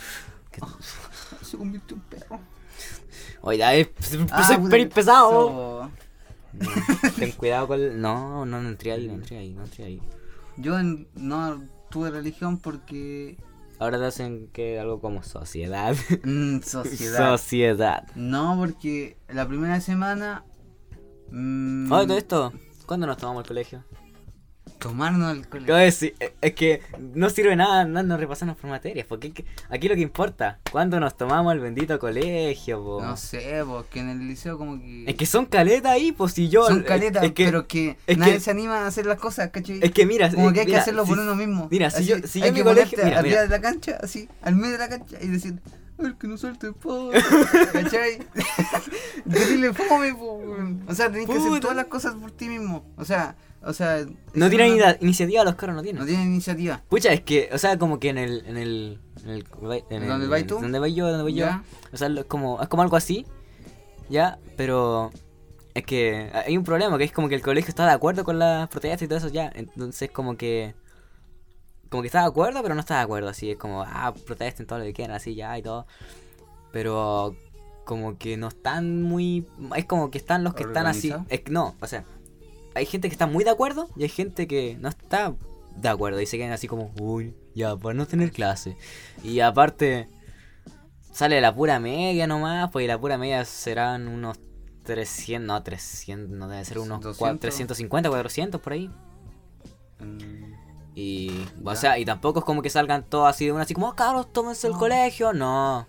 Speaker 2: Se convirtió en perro.
Speaker 1: Oye,
Speaker 2: Ah,
Speaker 1: David, soy peri pues, pesado. No, Ten cuidado con. el- No, no, no entré ahí, no entré ahí, no entré ahí.
Speaker 2: Yo en- no tuve religión porque.
Speaker 1: Ahora te hacen que algo como sociedad.
Speaker 2: mm, sociedad.
Speaker 1: Sociedad.
Speaker 2: no, porque la primera semana. mm,
Speaker 1: Oye, todo esto, ¿cuándo nos tomamos el colegio?
Speaker 2: Tomarnos alcohol.
Speaker 1: Acabo de decir, eh, es que no sirve nada andarnos repasando por materias, porque es que- aquí lo que importa, cuando nos tomamos el bendito colegio, po.
Speaker 2: No sé, porque en el liceo como que...
Speaker 1: Es que son caletas ahí, pues si yo...
Speaker 2: son
Speaker 1: eh,
Speaker 2: caletas,
Speaker 1: es que,
Speaker 2: pero que
Speaker 1: es
Speaker 2: nadie
Speaker 1: que-
Speaker 2: se anima a hacer las cosas, ¿cachai?
Speaker 1: Es que mira,
Speaker 2: como
Speaker 1: eh,
Speaker 2: que hay
Speaker 1: mira,
Speaker 2: que hacerlo
Speaker 1: si-
Speaker 2: por uno mismo.
Speaker 1: mira, si yo- si yo
Speaker 2: hay
Speaker 1: en
Speaker 2: que
Speaker 1: mi colegio-
Speaker 2: ponerte
Speaker 1: mira,
Speaker 2: arriba
Speaker 1: mira.
Speaker 2: de la cancha, así, al medio de la cancha, y decir, el que no salte, po. ¿Cachai? Decirle, fome, po. weón. O sea, tenés que hacer
Speaker 1: Puta.
Speaker 2: todas las cosas por ti mismo. O sea, o sea.
Speaker 1: No
Speaker 2: eso
Speaker 1: tienen ida- iniciativa, los caros no tienen.
Speaker 2: No tienen iniciativa.
Speaker 1: Pucha, es que, o sea, como que en el... En el, en el, en
Speaker 2: ¿Dónde
Speaker 1: el-
Speaker 2: vas tú?
Speaker 1: Donde voy yo, donde voy yo.
Speaker 2: Ya.
Speaker 1: O sea, lo- es como, es como algo así, ¿ya? Pero es que hay un problema, que es como que el colegio está de acuerdo con las protestas y todo eso, ¿ya? Entonces como que... Como que está de acuerdo, pero no está de acuerdo, así es como, ah, protesten todo lo que quieran, así ya y todo. Pero como que no están muy... Es como que están los que están así...
Speaker 2: ¿Organizado?
Speaker 1: Es, que no, o sea, hay gente que está muy de acuerdo y hay gente que no está de acuerdo y se quedan así como, uy, ya, por no tener clase. Y aparte, sale la pura media nomás, pues y la pura media serán unos 300, no, 300, no debe ser unos
Speaker 2: 200.
Speaker 1: 4- 350, 400 por ahí.
Speaker 2: Mm,
Speaker 1: Y, o
Speaker 2: Ya.
Speaker 1: sea, y tampoco es como que salgan todos así de una, así como, oh, cabros, tómense el
Speaker 2: No.
Speaker 1: colegio, no.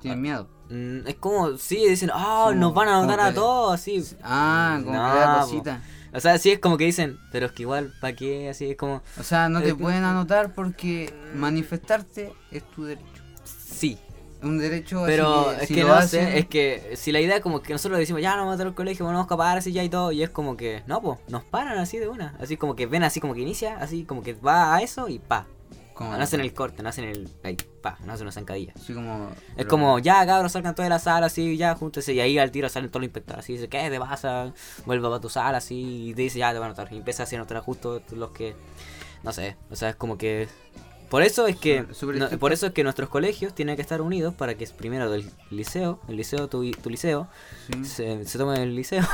Speaker 2: Tienen miedo.
Speaker 1: Mm, es como, sí, dicen, ah,
Speaker 2: Como-
Speaker 1: nos van a
Speaker 2: como
Speaker 1: anotar a
Speaker 2: que-
Speaker 1: todos, así.
Speaker 2: Ah, como
Speaker 1: No,
Speaker 2: que da
Speaker 1: po.
Speaker 2: cosita.
Speaker 1: O sea, sí es como que dicen, pero es que igual, ¿para qué? Así es como,
Speaker 2: O sea, no te
Speaker 1: Eh,
Speaker 2: pueden anotar porque manifestarte es tu derecho.
Speaker 1: sí,
Speaker 2: Es un derecho así
Speaker 1: Pero es
Speaker 2: si
Speaker 1: que
Speaker 2: lo
Speaker 1: no
Speaker 2: hacen-
Speaker 1: sé, es que si la idea como que nosotros decimos, ya no vamos a entrar al colegio, vamos a escapar, así ya y todo, y es como que, no, pues, nos paran así de una, así como que ven, así como que inicia, así como que va a eso y pa,
Speaker 2: como-
Speaker 1: no hacen el corte, no hacen el, ahí, pa, no hacen una zancadilla.
Speaker 2: así como-
Speaker 1: Es
Speaker 2: pero-
Speaker 1: como, ya cabros, salgan todos de la sala, así, ya, júntense, y ahí al tiro salen todos los inspectores, así, dice, ¿qué te pasa? Vuelve a tu sala, así, y te dice, ya te van a notar, y empieza a hacer notar justo los que, no sé, o sea, es como que... Por eso es que
Speaker 2: Súper- súper
Speaker 1: no,
Speaker 2: estricto.
Speaker 1: por eso es que nuestros colegios tienen que estar unidos para que es primero del liceo, el liceo tu, tu liceo,
Speaker 2: Sí.
Speaker 1: se, se tome el liceo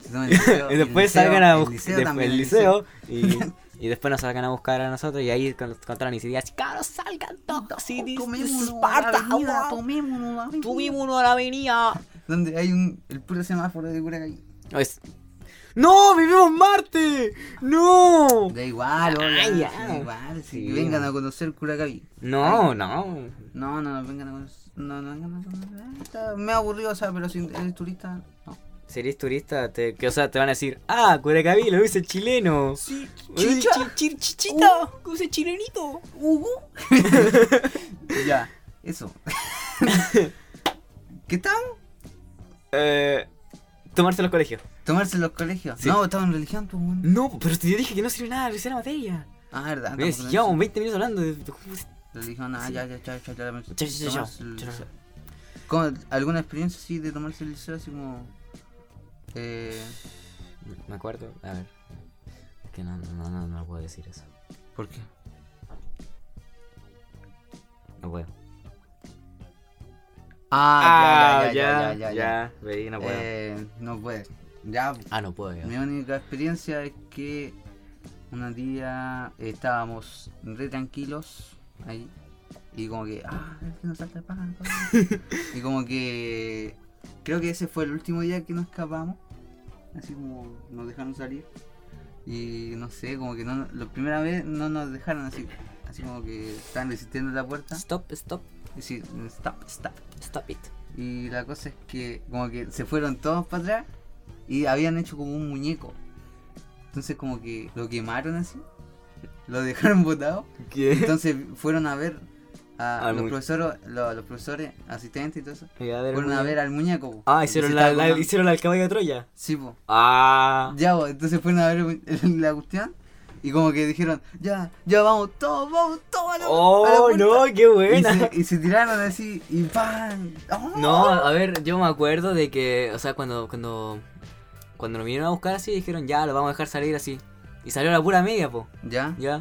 Speaker 2: Se toma el liceo,
Speaker 1: y
Speaker 2: Mm. el
Speaker 1: después
Speaker 2: liceo,
Speaker 1: salgan a
Speaker 2: el
Speaker 1: buscar
Speaker 2: liceo
Speaker 1: el,
Speaker 2: también,
Speaker 1: liceo, y, y después nos salgan a buscar a nosotros y ahí con, con toda la iniciativa así, cabros, salgan todos, sí, this- this is Sparta, wow". Tuvimos uno a la avenida.
Speaker 2: Donde hay un, el puro semáforo de Curacaví.
Speaker 1: No, es- ¡No! ¡Vivimos Marte! ¡No!
Speaker 2: Da igual, hola,
Speaker 1: Ah, ya.
Speaker 2: sí, da igual, si
Speaker 1: Sí,
Speaker 2: vengan
Speaker 1: bueno.
Speaker 2: a conocer Curacaví.
Speaker 1: No, no.
Speaker 2: No, no, no, vengan a conocer, no, no, vengan a conocer. Está medio aburrido, o sea, pero si eres turista, no.
Speaker 1: Si eres turista, te, que, o sea, te van a decir, ah, Curacaví, lo hice chileno. uh,
Speaker 2: Sí,
Speaker 1: Chicha, chichita, lo hice chilenito.
Speaker 2: Ya, eso. ¿Qué estamos?
Speaker 1: Eh, tomarse los colegios.
Speaker 2: Tomarse en los colegios.
Speaker 1: Sí.
Speaker 2: No, estamos en religión, pues, bueno.
Speaker 1: No, pero te dije que no sirve nada revisar la materia.
Speaker 2: Ah, verdad.
Speaker 1: Mira,
Speaker 2: estamos
Speaker 1: si
Speaker 2: en
Speaker 1: llevamos 20 minutos hablando de...
Speaker 2: Le dijeron, ah,
Speaker 1: Sí.
Speaker 2: ya, ya, ya, ya, ya,
Speaker 1: Chao,
Speaker 2: ya,
Speaker 1: chao, chao,
Speaker 2: tomarse
Speaker 1: chao.
Speaker 2: el
Speaker 1: Chao.
Speaker 2: liceo. ¿Cómo- ¿Alguna experiencia así de tomarse el liceo así como... Eh,
Speaker 1: Me acuerdo, a ver. Que no, no, no, no, no puedo decir eso.
Speaker 2: ¿Por qué?
Speaker 1: No puedo.
Speaker 2: Ah, ya, ya, ya, ya, ya,
Speaker 1: veí, no
Speaker 2: Eh, no puede. Ya,
Speaker 1: ah, no puedo. ya.
Speaker 2: mi única experiencia es que un día estábamos re tranquilos ahí y como que, ah, es que no salta el pan. y como que creo que ese fue el último día que nos escapamos, así como nos dejaron salir y no sé, como que no, la primera vez no nos dejaron así, así como que estaban resistiendo la puerta.
Speaker 1: Stop, stop,
Speaker 2: Y sí, stop, stop.
Speaker 1: stop it.
Speaker 2: Y la cosa es que como que se fueron todos para atrás y habían hecho como un muñeco. Entonces como que lo quemaron así, lo dejaron botado.
Speaker 1: ¿Qué?
Speaker 2: Entonces fueron a ver a
Speaker 1: Al
Speaker 2: los
Speaker 1: mu-
Speaker 2: profesores, lo- los profesores, asistentes y todo eso.
Speaker 1: Y a ver,
Speaker 2: Fueron
Speaker 1: una-
Speaker 2: a ver al muñeco. po.
Speaker 1: Ah,
Speaker 2: Y
Speaker 1: hicieron
Speaker 2: se
Speaker 1: la,
Speaker 2: estaba
Speaker 1: la-
Speaker 2: colgando.
Speaker 1: hicieron la del caballo de Troya.
Speaker 2: Sí, po.
Speaker 1: Ah.
Speaker 2: Ya, po, entonces fueron a ver el- la cuestión y como que dijeron, ya, ya vamos todos, vamos todos. a la- a la
Speaker 1: Oh,
Speaker 2: puerta".
Speaker 1: no, qué
Speaker 2: Y
Speaker 1: buena.
Speaker 2: se, y se tiraron así y ¡pam! ¡Oh!
Speaker 1: No, a ver, yo me acuerdo de que, o sea, cuando cuando cuando nos vinieron a buscar así dijeron, "Ya, lo vamos a dejar salir así." Y salió la pura media, po.
Speaker 2: Ya,
Speaker 1: Ya.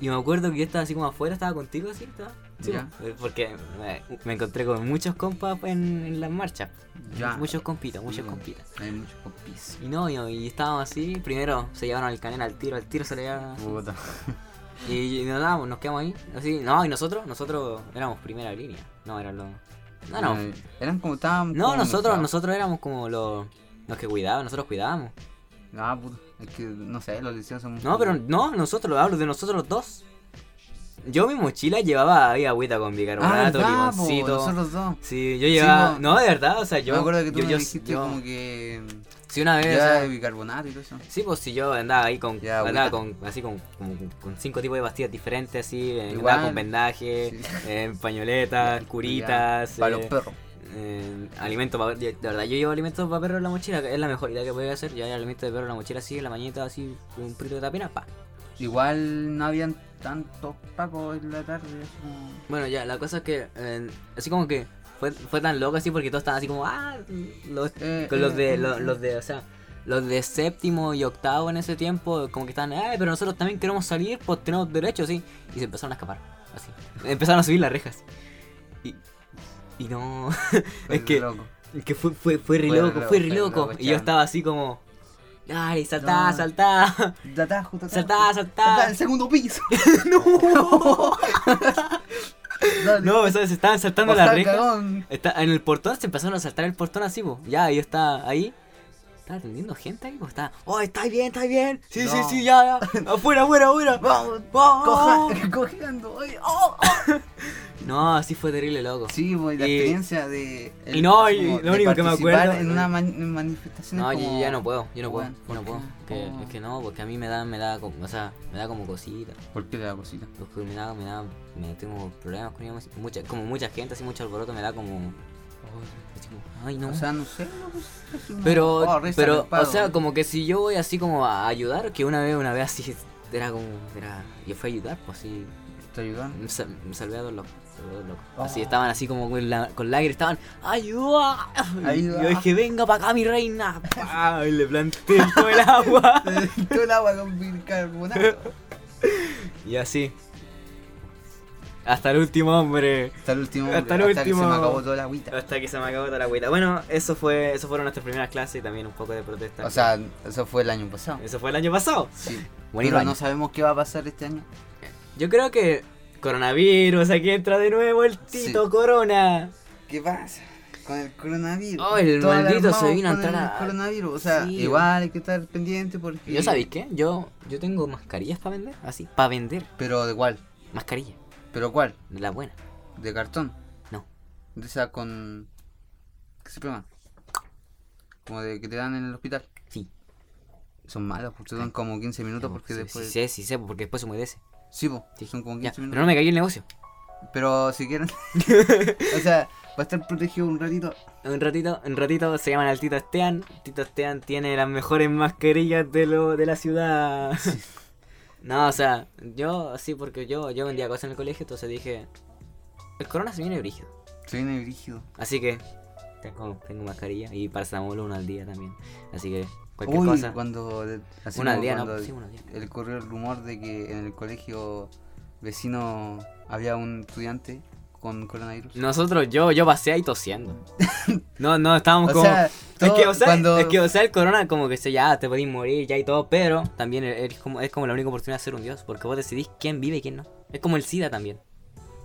Speaker 1: Y me acuerdo que yo estaba así como afuera, estaba contigo así, estaba. Sí,
Speaker 2: Ya.
Speaker 1: po. Eh, porque me, me encontré con muchos compas en, en las marchas.
Speaker 2: ya.
Speaker 1: Muchos compitas, muchos
Speaker 2: Sí,
Speaker 1: compitas.
Speaker 2: Mm, Hay muchos compis.
Speaker 1: Y no, y, y estábamos así, primero se llevaron al canal al tiro, al tiro se le llevaron así.
Speaker 2: Puta.
Speaker 1: Y, y nos dábamos, nos quedamos ahí. Así, no, y nosotros, nosotros éramos primera línea. No, eran los. No, no.
Speaker 2: Eh, Eran como estaban.
Speaker 1: No,
Speaker 2: como
Speaker 1: nosotros,
Speaker 2: mezclados.
Speaker 1: nosotros éramos como los. Los que cuidaban, nosotros cuidábamos.
Speaker 2: No, puto, Ah, es que no sé, los liceos son. Ah,
Speaker 1: No, pero no, nosotros, hablo de nosotros los dos. Yo mi mochila llevaba ahí agüita con
Speaker 2: Ah,
Speaker 1: bicarbonato,
Speaker 2: ¿verdad, po?
Speaker 1: limoncito.
Speaker 2: Nosotros dos.
Speaker 1: Sí, yo llevaba.
Speaker 2: po.
Speaker 1: no, de verdad, o sea, yo.
Speaker 2: Yo me acuerdo que tú
Speaker 1: yo,
Speaker 2: me
Speaker 1: yo-
Speaker 2: dijiste
Speaker 1: yo- Ah,
Speaker 2: como que.
Speaker 1: Sí, una vez. o
Speaker 2: Ya
Speaker 1: sea,
Speaker 2: de bicarbonato y todo eso.
Speaker 1: Sí, pues si yo andaba ahí con,
Speaker 2: Ya,
Speaker 1: andaba
Speaker 2: agüita.
Speaker 1: con así con, como con- con cinco tipos de pastillas diferentes, así, eh,
Speaker 2: Igual.
Speaker 1: andaba con vendaje,
Speaker 2: Sí.
Speaker 1: eh, pañoletas,
Speaker 2: Ya,
Speaker 1: curitas,
Speaker 2: ya, Para los
Speaker 1: eh,
Speaker 2: perros.
Speaker 1: eh, alimento para de verdad yo llevo alimentos para perros en la mochila, que es la mejor idea que podía hacer, yo llevo alimento de perro en la mochila así, en la mañita así, con un prito de tapina, pa.
Speaker 2: Igual no habían tantos pacos en la tarde. así como-
Speaker 1: Bueno, ya, la cosa es que, eh, así como que fue, fue tan loco así porque todos estaban así como, ah, los,
Speaker 2: Eh,
Speaker 1: con los
Speaker 2: eh,
Speaker 1: de, lo-
Speaker 2: eh.
Speaker 1: los, de, o sea, los de séptimo y octavo en ese tiempo, como que estaban, ay, pero nosotros también queremos salir, pues tenemos derecho, sí. Y se empezaron a escapar, así. Empezaron a subir las rejas. Y, y no,
Speaker 2: Fue
Speaker 1: es que,
Speaker 2: eh, loco.
Speaker 1: es que fue, fue, fue re
Speaker 2: Fue re
Speaker 1: loco,
Speaker 2: loco,
Speaker 1: fue re
Speaker 2: fue re
Speaker 1: loco.
Speaker 2: loco,
Speaker 1: Y yo
Speaker 2: chan.
Speaker 1: estaba así como, dale, saltá,
Speaker 2: No.
Speaker 1: saltá,
Speaker 2: De atajo, de
Speaker 1: saltá,
Speaker 2: atajo. Está en
Speaker 1: saltá.
Speaker 2: el segundo piso.
Speaker 1: no,
Speaker 2: Dale.
Speaker 1: no, o sea, se estaban saltando
Speaker 2: Ojalá,
Speaker 1: las rejas.
Speaker 2: cagón.
Speaker 1: Está, en el portón se empezaron a saltar el portón así, po. Ya, yo estaba ahí. Estaba atendiendo gente ahí, po. Estaba, oh, está bien, está bien. Sí, sí,
Speaker 2: No.
Speaker 1: sí, ya, ya. Afuera, afuera, afuera.
Speaker 2: Vamos,
Speaker 1: Vamos.
Speaker 2: coja, cojeando. oye, oh, oh.
Speaker 1: No, así fue terrible, loco.
Speaker 2: Sí, pues, la
Speaker 1: Y-
Speaker 2: experiencia de.
Speaker 1: y no, y
Speaker 2: como
Speaker 1: lo
Speaker 2: de
Speaker 1: único que me
Speaker 2: participar
Speaker 1: acuerdo-
Speaker 2: En una man- manifestación. es
Speaker 1: No, yo- yo
Speaker 2: como-
Speaker 1: ya no puedo, yo no puedo,
Speaker 2: Bueno,
Speaker 1: yo no
Speaker 2: ¿por
Speaker 1: puedo.
Speaker 2: qué?
Speaker 1: Que-
Speaker 2: Oh.
Speaker 1: es que no, porque a mí me da, me da, como, o sea, me da como cosita.
Speaker 2: ¿Por qué la cosita?
Speaker 1: Porque me da, me da, me tengo problemas con ellos, mucha, como mucha gente, así mucho alboroto, me da como, así como, ay no.
Speaker 2: O sea, no sé. no, pues, es una-
Speaker 1: Pero,
Speaker 2: Oh, risa,
Speaker 1: pero, o
Speaker 2: zarpado.
Speaker 1: sea, como que si yo voy así como a ayudar, que una vez, una vez así, era como, era, yo fui a ayudar, pues así,
Speaker 2: ¿Te ayudan?
Speaker 1: me sal- me salvé a dos locos, salvé a dos locos.
Speaker 2: Oh.
Speaker 1: Así estaban así como con, la- con lágrimas, estaban, ¡ayuda! Y
Speaker 2: Ayuda.
Speaker 1: yo dije, venga para acá mi reina, Pa, y le planté el todo el agua,
Speaker 2: Todo el agua con bicarbonato.
Speaker 1: y así, hasta el último hombre.
Speaker 2: Hasta el último.
Speaker 1: Hasta el
Speaker 2: hombre, que se
Speaker 1: último.
Speaker 2: me acabó toda la agüita.
Speaker 1: Hasta que se me acabó toda la agüita. Bueno, eso fue, eso fueron nuestras primeras clases y también un poco de protesta.
Speaker 2: O sea, eso fue el año pasado.
Speaker 1: eso fue el año pasado.
Speaker 2: Sí.
Speaker 1: Bonito
Speaker 2: pero
Speaker 1: año.
Speaker 2: no sabemos qué va a pasar este año.
Speaker 1: Yo creo que coronavirus, aquí entra de nuevo el
Speaker 2: Sí.
Speaker 1: Tito Corona.
Speaker 2: ¿Qué pasa? Con el coronavirus.
Speaker 1: Oh, el
Speaker 2: Todo
Speaker 1: maldito
Speaker 2: alarmado
Speaker 1: se vino a
Speaker 2: con
Speaker 1: entrar a-
Speaker 2: El coronavirus. O sea,
Speaker 1: Sí.
Speaker 2: igual hay que estar pendiente porque.
Speaker 1: Yo sabéis qué, yo, yo tengo mascarillas para vender, así, para vender,
Speaker 2: Pero de cuál.
Speaker 1: mascarilla,
Speaker 2: ¿Pero cuál?
Speaker 1: de la buena,
Speaker 2: ¿De cartón?
Speaker 1: no.
Speaker 2: De esa con. ¿Qué se llama? Como de que te dan en el hospital.
Speaker 1: Sí.
Speaker 2: Son malas, porque te dan como 15 minutos
Speaker 1: Como-
Speaker 2: porque
Speaker 1: sí,
Speaker 2: después.
Speaker 1: sí, sé, sí, sé, porque después se humedece.
Speaker 2: Sí, po,
Speaker 1: Sí.
Speaker 2: son como
Speaker 1: Ya,
Speaker 2: 15
Speaker 1: pero
Speaker 2: minutos.
Speaker 1: no me cayó el negocio.
Speaker 2: Pero si quieren. o sea, va a estar protegido un ratito.
Speaker 1: Un ratito, un ratito se llaman al Tito Estean. Tito Estean tiene las mejores mascarillas de lo, de la ciudad. No, o sea, yo sí, porque yo, yo vendía cosas en el colegio, entonces dije, el corona se viene brígido.
Speaker 2: Se viene brígido.
Speaker 1: Así que tengo, tengo mascarilla y paracetamol una al día también. Así que cualquier
Speaker 2: Uy,
Speaker 1: cosa.
Speaker 2: cuando. de- así
Speaker 1: Una al
Speaker 2: como
Speaker 1: día, ¿no?
Speaker 2: cuando
Speaker 1: Sí, una al día.
Speaker 2: el- corrió el rumor de que en el colegio vecino había un estudiante con coronavirus.
Speaker 1: Nosotros, yo, yo pasé ahí tosiendo. No, no, estábamos
Speaker 2: O
Speaker 1: como.
Speaker 2: sea,
Speaker 1: es,
Speaker 2: todo-
Speaker 1: que, o sea,
Speaker 2: cuando-
Speaker 1: es que, o sea, el corona, como que se ya te podéis morir, ya y todo, pero también es como, es como la única oportunidad de ser un dios, porque vos decidís quién vive y quién no. Es como el SIDA también.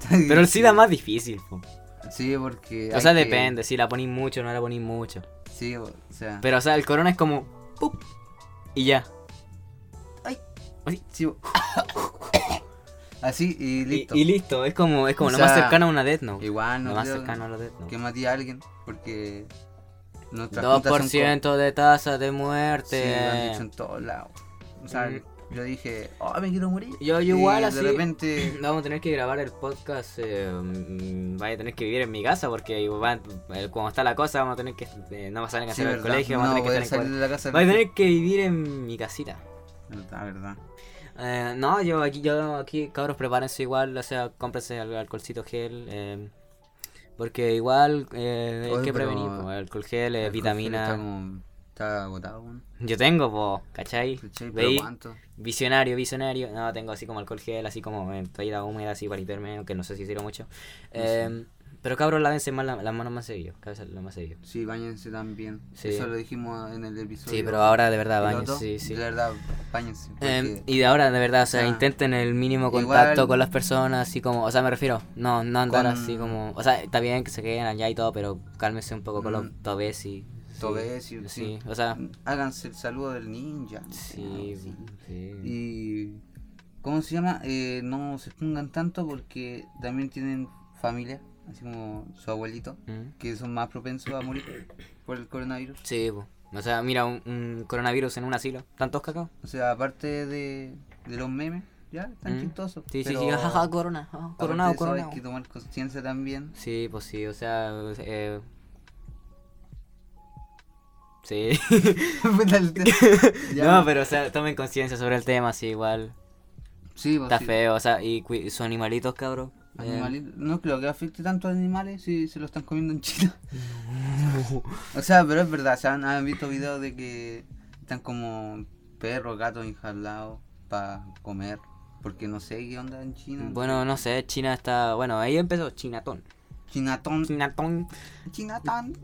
Speaker 1: Pero el SIDA más difícil, po.
Speaker 2: Sí, porque.
Speaker 1: O
Speaker 2: hay
Speaker 1: sea,
Speaker 2: que- Ah.
Speaker 1: depende, si la ponís mucho o no la ponís mucho.
Speaker 2: Sí, o sea.
Speaker 1: Pero, o sea, el corona es como. ¡pup! Y ya.
Speaker 2: sí, o- Así y
Speaker 1: Y y
Speaker 2: listo.
Speaker 1: listo. Es como, es como
Speaker 2: O
Speaker 1: lo más
Speaker 2: sea,
Speaker 1: cercano a una Death Note.
Speaker 2: Igual no
Speaker 1: Lo más
Speaker 2: creo
Speaker 1: cercano a la Death Note.
Speaker 2: que maté a alguien porque. nuestras juntas son co-
Speaker 1: 2% de tasa de
Speaker 2: Sí, lo han dicho
Speaker 1: muerte.
Speaker 2: en todos lados. O sea,
Speaker 1: Mm.
Speaker 2: yo dije, oh, me quiero morir.
Speaker 1: Yo- yo
Speaker 2: Y
Speaker 1: igual así-
Speaker 2: De repente.
Speaker 1: Vamos a tener que grabar el podcast. eh, mm, vaya a tener que vivir en mi casa porque va- eh, cuando está la cosa, vamos a tener que. eh, no va a salir a
Speaker 2: Sí,
Speaker 1: hacer el
Speaker 2: verdad,
Speaker 1: colegio,
Speaker 2: no
Speaker 1: vamos a tener
Speaker 2: voy
Speaker 1: que
Speaker 2: a
Speaker 1: estar
Speaker 2: salir
Speaker 1: en
Speaker 2: de la casa.
Speaker 1: cuar- Voy a tener que vivir en mi casita.
Speaker 2: Verdad, verdad.
Speaker 1: Eh, no, yo aquí, yo aquí, cabros, prepárense igual, o sea, cómprense el alcoholcito gel. eh, porque igual eh, hay
Speaker 2: Oye,
Speaker 1: que
Speaker 2: pero
Speaker 1: prevenir, po, alcohol gel, eh,
Speaker 2: El
Speaker 1: vitamina.
Speaker 2: conflicto Está, como- está agotado, weón.
Speaker 1: Yo tengo, po, ¿cachai?
Speaker 2: ¿Cachai? Pero
Speaker 1: Veí-
Speaker 2: cuánto.
Speaker 1: Visionario, visionario. No, tengo así como alcohol gel, así como eh, toalla húmeda, así para limpiarme, aunque no sé si sirve mucho. Eh, pero cabros, lávense más la- las manos más seguido. cabeza, lo más seguido.
Speaker 2: Sí, bañense también.
Speaker 1: Sí.
Speaker 2: Eso lo dijimos en el episodio.
Speaker 1: Sí, pero ahora de verdad, baño,
Speaker 2: piloto.
Speaker 1: sí, sí.
Speaker 2: De verdad, bañense.
Speaker 1: Eh,
Speaker 2: porque-
Speaker 1: y de ahora, de verdad, o sea,
Speaker 2: Ah.
Speaker 1: intenten el mínimo
Speaker 2: Igual-
Speaker 1: contacto con las personas, así como, o sea, me refiero, no, no andar
Speaker 2: Con-
Speaker 1: así como, o sea, está bien que se queden allá y todo, pero cálmese un poco con los
Speaker 2: Mm.
Speaker 1: tobes y
Speaker 2: Tobesio, sí.
Speaker 1: Sí, o sea,
Speaker 2: Háganse el saludo del ninja.
Speaker 1: sí, sí.
Speaker 2: Y. ¿Cómo se llama? Eh, no se expongan tanto porque también tienen familia, así como su abuelito,
Speaker 1: ¿Mm?
Speaker 2: que son más propensos a morir por el coronavirus.
Speaker 1: Sí, po. o sea, mira, un, un coronavirus en un asilo. ¿Tantos cacao?
Speaker 2: O sea, aparte de, de los memes, ya, están
Speaker 1: Mm.
Speaker 2: chistosos.
Speaker 1: Sí, sí,
Speaker 2: pero
Speaker 1: sí, jajaja, corona, ah,
Speaker 2: aparte de
Speaker 1: coronado,
Speaker 2: eso
Speaker 1: coronado.
Speaker 2: Hay que tomar conciencia también.
Speaker 1: Sí, pues sí, o sea, eh... Sí.
Speaker 2: Puta, el tema. Ya,
Speaker 1: no, pero o sea, tomen conciencia sobre el tema, sí, igual.
Speaker 2: sí, pues,
Speaker 1: Está
Speaker 2: sí.
Speaker 1: feo, o sea, y cui- sus animalitos, cabrón. Eh,
Speaker 2: Animalito- No creo que afecte tanto a animales si se lo están comiendo en China. O sea, pero es verdad, se han, han visto videos de que están como perros, gatos enjaulados para comer. Porque no sé qué onda en China.
Speaker 1: Bueno, no sé, China está. Bueno, ahí empezó Chinatón.
Speaker 2: Chinatón.
Speaker 1: Chinatón.
Speaker 2: Chinatón.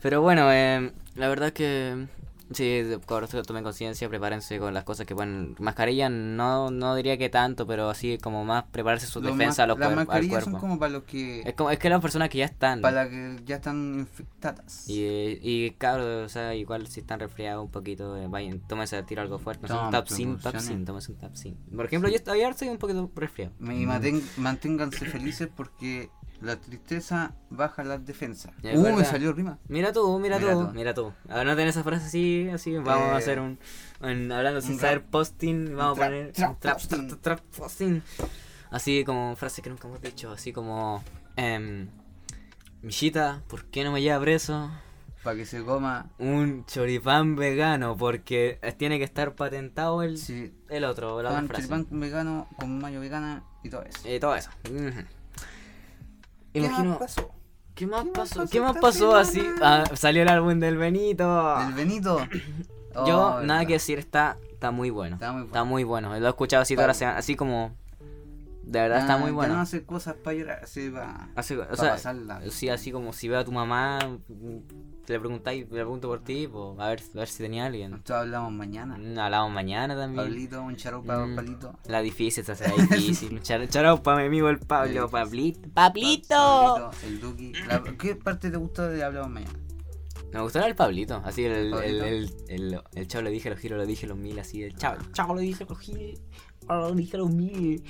Speaker 1: Pero bueno, eh, la verdad que. Sí, de- correcto, tomen conciencia, prepárense con las cosas que pueden. Mascarilla, no, no diría que tanto, pero así como más prepararse su
Speaker 2: Los
Speaker 1: defensa
Speaker 2: ma-
Speaker 1: a los
Speaker 2: Las
Speaker 1: cuer- al
Speaker 2: mascarillas son
Speaker 1: cuerpo.
Speaker 2: como para los que.
Speaker 1: Es, como, es que las personas que ya están.
Speaker 2: Para las que ya están infectadas.
Speaker 1: Mm. Y, eh, y claro, o sea, igual si están resfriados un poquito, eh, vayan, tómense a tirar algo fuerte. No sé, un
Speaker 2: Toma
Speaker 1: tapsin, tapsin,
Speaker 2: precauciones.
Speaker 1: tómense un tapsin. Por ejemplo, yo estoy ahora estoy un poquito resfriado.
Speaker 2: Me- Y maten- manténganse felices porque la tristeza baja las defensas.
Speaker 1: Ya, es
Speaker 2: Uh, me
Speaker 1: verdad.
Speaker 2: salió rima.
Speaker 1: Mira tú, mira,
Speaker 2: Mira
Speaker 1: tú,
Speaker 2: tú.
Speaker 1: mira tú. Ahora no tenés esa frase así, así. Vamos a
Speaker 2: Eh,
Speaker 1: hacer un, un- hablando sin
Speaker 2: un
Speaker 1: saber
Speaker 2: rap.
Speaker 1: posting. Vamos
Speaker 2: trap-
Speaker 1: a poner
Speaker 2: trap
Speaker 1: un trap,
Speaker 2: posting.
Speaker 1: trap, trap posting. Así como frases que nunca hemos dicho, así como. em, Millita, ¿por qué no me lleva preso?
Speaker 2: Para que se coma.
Speaker 1: Un choripán vegano, porque tiene que estar patentado el,
Speaker 2: Sí.
Speaker 1: el otro, la otra
Speaker 2: Pan,
Speaker 1: Mm. frase.
Speaker 2: choripán vegano con mayo vegana y todo eso.
Speaker 1: Eh, todo eso. Ujú.
Speaker 2: ¿Qué más
Speaker 1: Imagino.
Speaker 2: pasó?
Speaker 1: ¿Qué más
Speaker 2: ¿Qué más
Speaker 1: pasó?
Speaker 2: pasó
Speaker 1: ¿Qué más
Speaker 2: esta
Speaker 1: pasó así?
Speaker 2: semana?
Speaker 1: Ah, salió el álbum del Benito.
Speaker 2: El Benito.
Speaker 1: Ah. Yo,
Speaker 2: Oh,
Speaker 1: nada que
Speaker 2: verdad.
Speaker 1: decir, está, está muy bueno.
Speaker 2: Está muy
Speaker 1: Está muy bueno. Lo he escuchado así toda la
Speaker 2: Vale. Ah,
Speaker 1: semana, así como. De verdad está
Speaker 2: Ya-
Speaker 1: muy
Speaker 2: ya
Speaker 1: bueno. Ah.
Speaker 2: no hace cosas para llorar, se va.
Speaker 1: Así, o
Speaker 2: pa'
Speaker 1: sea,
Speaker 2: pasarla.
Speaker 1: sí, así como si veo a tu mamá, mm, te le preguntáis, le pregunto por ti, po, a, ver, a ver si tenía alguien.
Speaker 2: Nosotros hablamos mañana.
Speaker 1: Mm, Hablamos mañana también.
Speaker 2: Ah. Pablito, un charo para
Speaker 1: Mm.
Speaker 2: Pablito.
Speaker 1: La difícil, esta será difícil. Char- Charao para mi amigo el Pablo,
Speaker 2: Sí.
Speaker 1: Pablito.
Speaker 2: Pa-
Speaker 1: ¡Pablito!
Speaker 2: Pablito, el Duki. La- ¿Qué parte te gusta de Hablamos Mañana?
Speaker 1: Me gustó el Pablito, así el, el, el,
Speaker 2: Pablito. Ah.
Speaker 1: el- el- el chavo lo dije, los giros lo dije, los mil, así el chavo, el chavo lo dije, los giros, ahora lo dije, los mil.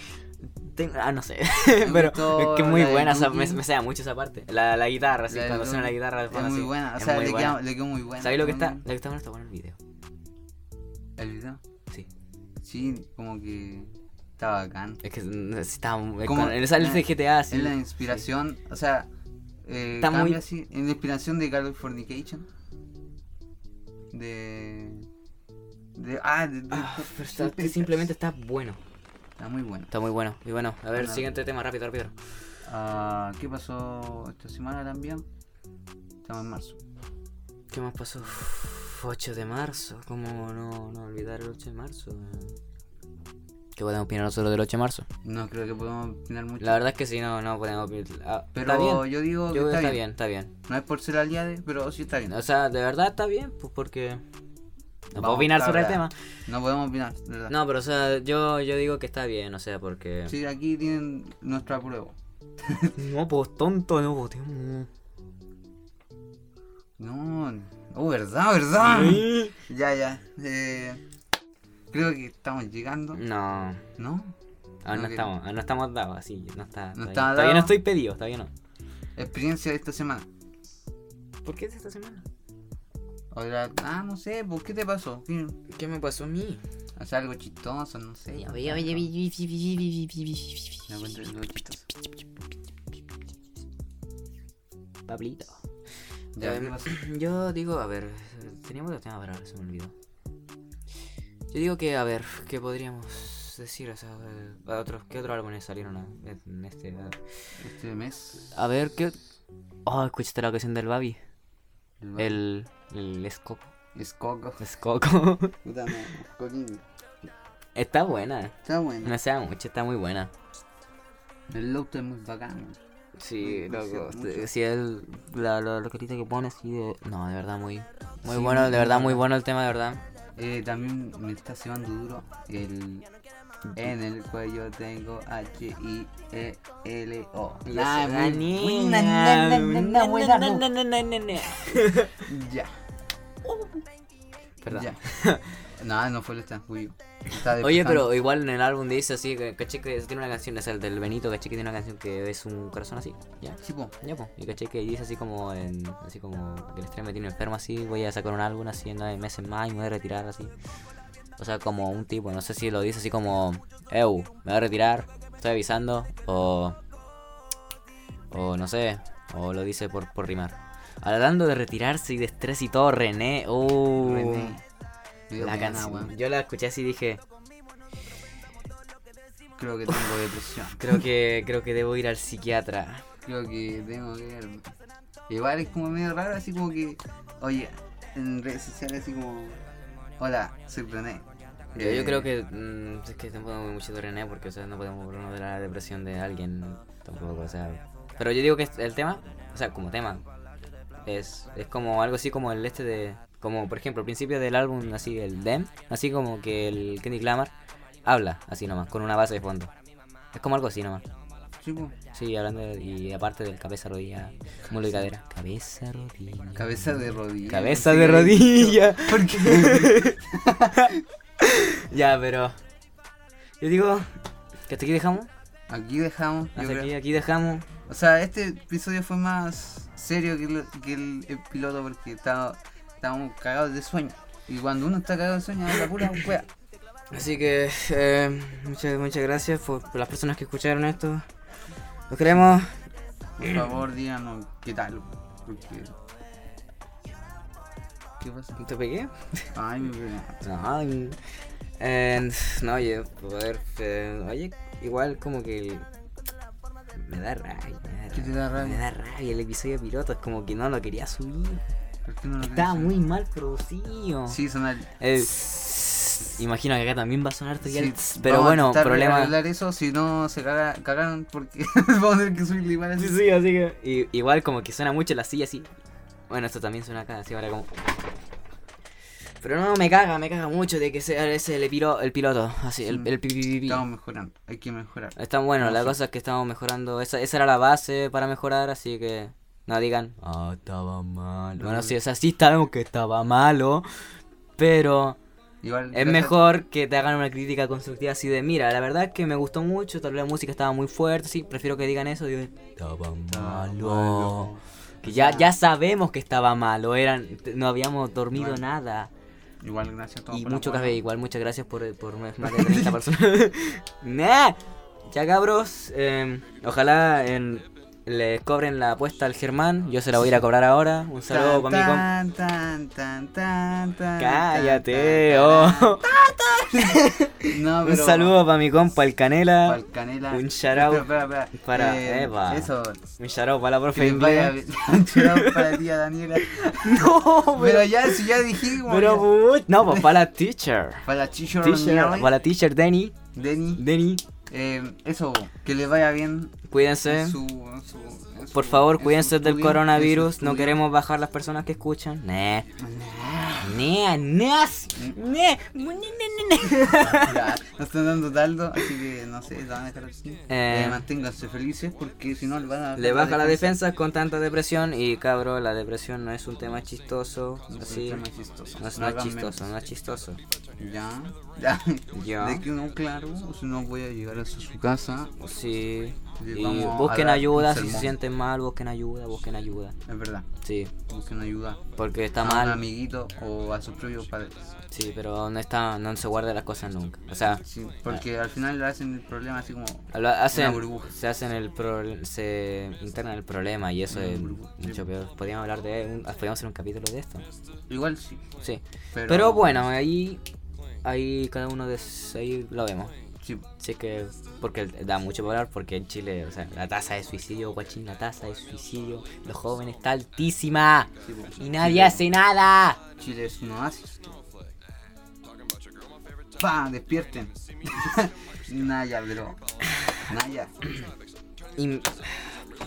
Speaker 1: Ten- ah, no sé, pero es
Speaker 2: gustó
Speaker 1: que muy
Speaker 2: la del
Speaker 1: buena, esa- me,
Speaker 2: Duki.
Speaker 1: me sea mucho esa parte. La, la guitarra, así,
Speaker 2: La del
Speaker 1: cuando suena la
Speaker 2: Duki.
Speaker 1: guitarra de
Speaker 2: Es
Speaker 1: fondo,
Speaker 2: muy
Speaker 1: así,
Speaker 2: buena, o
Speaker 1: es
Speaker 2: sea,
Speaker 1: muy
Speaker 2: le,
Speaker 1: buena.
Speaker 2: Quedó, le quedó muy buena.
Speaker 1: ¿Sabéis lo que está?
Speaker 2: también.
Speaker 1: Lo que está bueno está bueno el video.
Speaker 2: El video.
Speaker 1: Sí,
Speaker 2: Sí, como que está bacán.
Speaker 1: es que mm, sí, está. es
Speaker 2: Como-
Speaker 1: con- Esa es de GTA, sí.
Speaker 2: Ah. Es la inspiración, o sea, eh,
Speaker 1: Está
Speaker 2: cambia
Speaker 1: muy-
Speaker 2: así. Es la inspiración de Californication. De. de ah, de. de-
Speaker 1: Ah, pero está- es que simplemente está bueno.
Speaker 2: Está muy bueno.
Speaker 1: Está muy bueno. Y bueno, a ver,
Speaker 2: Bueno.
Speaker 1: siguiente tema, rápido, rápido.
Speaker 2: Ah, ¿Qué pasó esta semana también? Estamos en marzo.
Speaker 1: ¿Qué más pasó? Uf, 8 de marzo. ¿Cómo no, no olvidar el 8 de marzo? ¿Qué podemos opinar nosotros del 8 de marzo?
Speaker 2: No creo que podemos opinar mucho.
Speaker 1: La verdad es que sí, no, no podemos opinar. Ah,
Speaker 2: pero
Speaker 1: está bien.
Speaker 2: yo digo
Speaker 1: Yo
Speaker 2: que
Speaker 1: creo que
Speaker 2: está, bien.
Speaker 1: está bien,
Speaker 2: No es por ser aliade, pero sí está bien.
Speaker 1: O sea, de verdad está bien, pues porque. No puedo
Speaker 2: Vamos,
Speaker 1: opinar
Speaker 2: la
Speaker 1: sobre el tema.
Speaker 2: verdad. No podemos opinar, de ¿verdad?
Speaker 1: No, pero o sea, yo, yo digo que está bien, o sea, porque.
Speaker 2: Sí, aquí tienen nuestro apruebo.
Speaker 1: No, pues tonto, no votemos.
Speaker 2: No, oh, verdad, verdad. Ya, ya. eh, creo que estamos llegando,
Speaker 1: No,
Speaker 2: ¿no?
Speaker 1: aún no
Speaker 2: No, que-
Speaker 1: estamos, aún no estamos dados, así, no está.
Speaker 2: No
Speaker 1: todavía-
Speaker 2: está
Speaker 1: todavía no
Speaker 2: dado.
Speaker 1: estoy pedido, todavía no.
Speaker 2: Experiencia de esta semana.
Speaker 1: ¿Por qué es esta semana?
Speaker 2: Ahora, ah, no sé, ¿por qué te pasó? ¿Qué?
Speaker 1: ¿Qué me pasó a mí?
Speaker 2: O sea, algo chistoso, no sé.
Speaker 1: Oye, oye, oye, oye, oye, oye, oye, oye,
Speaker 2: Me
Speaker 1: oye.
Speaker 2: encuentro algo chistoso.
Speaker 1: Pablito.
Speaker 2: Ya,
Speaker 1: Eh,
Speaker 2: ¿qué pasó?
Speaker 1: Yo digo, a ver, teníamos otro tema, pero ahora se me olvidó. Yo digo que, a ver, ¿qué podríamos decir? O sea, eh, a otros, ¿qué otros álbumes salieron a- en este? a-
Speaker 2: Este mes.
Speaker 1: A ver, ¿qué? Oh, escuchaste la canción del Babi.
Speaker 2: El.
Speaker 1: El. El Escoco.
Speaker 2: Es Coco.
Speaker 1: Escoco.
Speaker 2: Puta madre, Coquín.
Speaker 1: está buena.
Speaker 2: Está bueno.
Speaker 1: No sea mucho, está muy buena.
Speaker 2: El loto es muy bacán.
Speaker 1: Sí,
Speaker 2: Mm, sí,
Speaker 1: loco. este,
Speaker 2: mucho.
Speaker 1: Si el. La, la, la carita que pone así de. No, de verdad, muy. Muy
Speaker 2: Sí,
Speaker 1: bueno, de
Speaker 2: muy
Speaker 1: verdad, muy
Speaker 2: buena.
Speaker 1: bueno el tema, de verdad.
Speaker 2: Eh, también me está cebando duro el En el cuello tengo E H-I-E-L-O.
Speaker 1: La
Speaker 2: Ya, muy-
Speaker 1: Ah, niña.
Speaker 2: na, na, na, na, buena, no.
Speaker 1: Na, na, na, na, na.
Speaker 2: Ya,
Speaker 1: Perdón.
Speaker 2: ya. No, no fue el estampuyo. Está de
Speaker 1: Oye,
Speaker 2: pijama.
Speaker 1: pero igual en el álbum dice así, que- caché que tiene una canción, es el del Benito, caché que tiene una canción que es un corazón así, ya.
Speaker 2: Sí, po.
Speaker 1: Ya, po. Y caché que dice así como, en, así como que el estrés me tiene enfermo así, voy a sacar un álbum así en nueve meses más y me voy a retirar así. O sea, como un tipo, no sé si lo dice así como, eu, me voy a retirar, estoy avisando, o, o no sé, o lo dice por, por rimar. Hablando de retirarse y de estrés y todo, René, uh,
Speaker 2: René. Me dio
Speaker 1: la
Speaker 2: pena,
Speaker 1: canción,
Speaker 2: weón.
Speaker 1: yo la escuché así y dije,
Speaker 2: Creo que tengo depresión.
Speaker 1: Creo que, creo que debo ir al psiquiatra.
Speaker 2: Creo que tengo que verme. Igual es como medio raro, así como que. Oye, en redes sociales, así como. Hola, soy René.
Speaker 1: Yo, yo
Speaker 2: Eh,
Speaker 1: creo que. mm, es que tampoco me mucho de René porque o sea, no podemos burlarnos de la depresión de alguien. Tampoco, o sea. Pero yo digo que es- el tema, o sea, como tema, es, es como algo así como el este de. Como por ejemplo, al principio del álbum, así, el Dem, así como que el Kenny Clamar habla así nomás, con una base de fondo. Es como algo así nomás.
Speaker 2: sí, po.
Speaker 1: Sí, hablando de- y aparte del cabeza, rodilla, mulo y cadera. Cabeza, rodilla.
Speaker 2: Cabeza de rodilla.
Speaker 1: Cabeza
Speaker 2: pensé
Speaker 1: de
Speaker 2: que había
Speaker 1: rodilla.
Speaker 2: dicho. ¿Por qué?
Speaker 1: Ya, pero. Yo digo. Que hasta aquí dejamos.
Speaker 2: Aquí dejamos. yo
Speaker 1: Hasta
Speaker 2: creo.
Speaker 1: aquí, aquí dejamos.
Speaker 2: O sea, este episodio fue más serio que, lo- que el, el piloto porque estaba- estábamos cagados de sueño. Y cuando uno está cagado de sueño, habla pura wea.
Speaker 1: Así que. eh, muchas, muchas gracias por, por las personas que escucharon esto. Los queremos.
Speaker 2: Por favor, díganos qué tal. Porque... ¿Qué pasa?
Speaker 1: ¿Te pegué?
Speaker 2: Ay, mi vida.
Speaker 1: No, y- and- no, oye, poder. eh, oye, igual como que. el- Me da rabia. me
Speaker 2: ¿Qué te da rabia?
Speaker 1: Me da rabia el episodio piloto. Es como que no lo quería subir.
Speaker 2: ¿Por qué no lo
Speaker 1: Estaba
Speaker 2: querés?
Speaker 1: muy mal producido.
Speaker 2: Sí, sonar.
Speaker 1: El- Eh, Imagino que acá también va a sonar todavía el
Speaker 2: Sí,
Speaker 1: Pero
Speaker 2: vamos a
Speaker 1: bueno,
Speaker 2: intentar
Speaker 1: problema.
Speaker 2: arreglar eso, si no se caga- cagaron porque vamos a tener que subirle igual así.
Speaker 1: Sí, sí, así que. y- igual como que suena mucho la silla así. Bueno, esto también suena acá, así ahora como. Pero no, me caga, me caga mucho de que sea ese el, pilo- el piloto. Así, el,
Speaker 2: Sí.
Speaker 1: el pi- pi- pi- pi.
Speaker 2: Estamos mejorando, hay que mejorar.
Speaker 1: Está bueno, la
Speaker 2: Sí.
Speaker 1: cosa es que estamos mejorando. Esa, esa era la base para mejorar, así que. No digan. Ah, estaba mal. Bueno, sí, o sea, sí sabemos que estaba malo. Pero.
Speaker 2: Igual,
Speaker 1: Es
Speaker 2: gracias-
Speaker 1: mejor que te hagan una crítica constructiva así de, mira, la verdad es que me gustó mucho, tal vez la música estaba muy fuerte, sí, prefiero que digan eso, digo, estaba malo. Que ya, ya sabemos que estaba malo, eran, t- no habíamos dormido
Speaker 2: Bueno,
Speaker 1: nada.
Speaker 2: Igual, gracias a todos
Speaker 1: Y
Speaker 2: por la
Speaker 1: mucho
Speaker 2: buena.
Speaker 1: café, igual, muchas gracias por, por más más de 30 personas. Nah, Ya cabros, em, ojalá en- les cobren la apuesta al Germán, yo se la voy a ir a cobrar ahora, un saludo para mi compa.
Speaker 2: Tan, tan, tan, tan, tan,
Speaker 1: Cállate,
Speaker 2: tan, tan,
Speaker 1: oh.
Speaker 2: tan. No,
Speaker 1: Un
Speaker 2: pero-
Speaker 1: saludo para mi compa el Canela.
Speaker 2: Para el Canela.
Speaker 1: Un shout-out
Speaker 2: Espera, espera, espera.
Speaker 1: para
Speaker 2: Eh,
Speaker 1: Eva.
Speaker 2: Eso.
Speaker 1: Un shout para la profe
Speaker 2: Que
Speaker 1: de
Speaker 2: les vaya
Speaker 1: inglés.
Speaker 2: bien. Un shout-out para ti, Daniela.
Speaker 1: No,
Speaker 2: Pero ya, si ya dijimos.
Speaker 1: pero
Speaker 2: ya.
Speaker 1: but- no, pues para la teacher.
Speaker 2: Para la Chicho
Speaker 1: Teacher,
Speaker 2: Daniela,
Speaker 1: para la teacher Denny.
Speaker 2: Denny.
Speaker 1: Denny,
Speaker 2: eh, eso, que les vaya bien.
Speaker 1: cuídense.
Speaker 2: en su- en su- en su-
Speaker 1: Por favor,
Speaker 2: en su
Speaker 1: cuídense del
Speaker 2: estudio, en
Speaker 1: coronavirus.
Speaker 2: su
Speaker 1: No
Speaker 2: estudio.
Speaker 1: queremos bajar las personas que escuchan. Nah. Nah, nah. Nah. Nah, nah, nah, nah.
Speaker 2: Ya, nos están dando taldo, así que no sé, la van a dejar así.
Speaker 1: Eh.
Speaker 2: Eh, manténganse felices porque si no le van a.
Speaker 1: Le baja la defensa con tanta depresión. Y cabrón, la depresión no es un tema chistoso. Así.
Speaker 2: No Pues es chistoso.
Speaker 1: No es,
Speaker 2: No
Speaker 1: no es
Speaker 2: hagan
Speaker 1: chistoso, no es chistoso.
Speaker 2: Ya, ya.
Speaker 1: Ya.
Speaker 2: De que no, claro, si no voy a llegar a su, su casa.
Speaker 1: Sí.
Speaker 2: Le
Speaker 1: Y
Speaker 2: vamos a
Speaker 1: busquen
Speaker 2: dar un
Speaker 1: ayuda si se
Speaker 2: sermón.
Speaker 1: sienten mal, busquen ayuda, busquen ayuda.
Speaker 2: Es verdad,
Speaker 1: Sí,
Speaker 2: busquen ayuda
Speaker 1: porque está
Speaker 2: a
Speaker 1: mal.
Speaker 2: un amiguito o a sus propios padres.
Speaker 1: Sí, pero no está, no se guarda las cosas nunca. O sea,
Speaker 2: Sí, porque al final le hacen el problema así como.
Speaker 1: lo hacen,
Speaker 2: Una burbuja.
Speaker 1: se hacen el pro- se internan el problema y eso
Speaker 2: Una
Speaker 1: es
Speaker 2: burbuja, sí.
Speaker 1: mucho peor. Podríamos hablar de, un- podríamos hacer un capítulo de esto.
Speaker 2: Igual sí.
Speaker 1: Sí,
Speaker 2: Pero,
Speaker 1: pero, bueno, ahí, ahí cada uno de ahí lo vemos.
Speaker 2: Sí,
Speaker 1: Sí que, porque da mucho por hablar, porque en Chile, o sea, la tasa de suicidio, guachín, la tasa de suicidio, los jóvenes está altísima
Speaker 2: sí, pues,
Speaker 1: y
Speaker 2: Chile-
Speaker 1: nadie hace nada.
Speaker 2: Chile es un oasis. ¡Pah! Despierten. Naya, bro. Naya.
Speaker 1: In-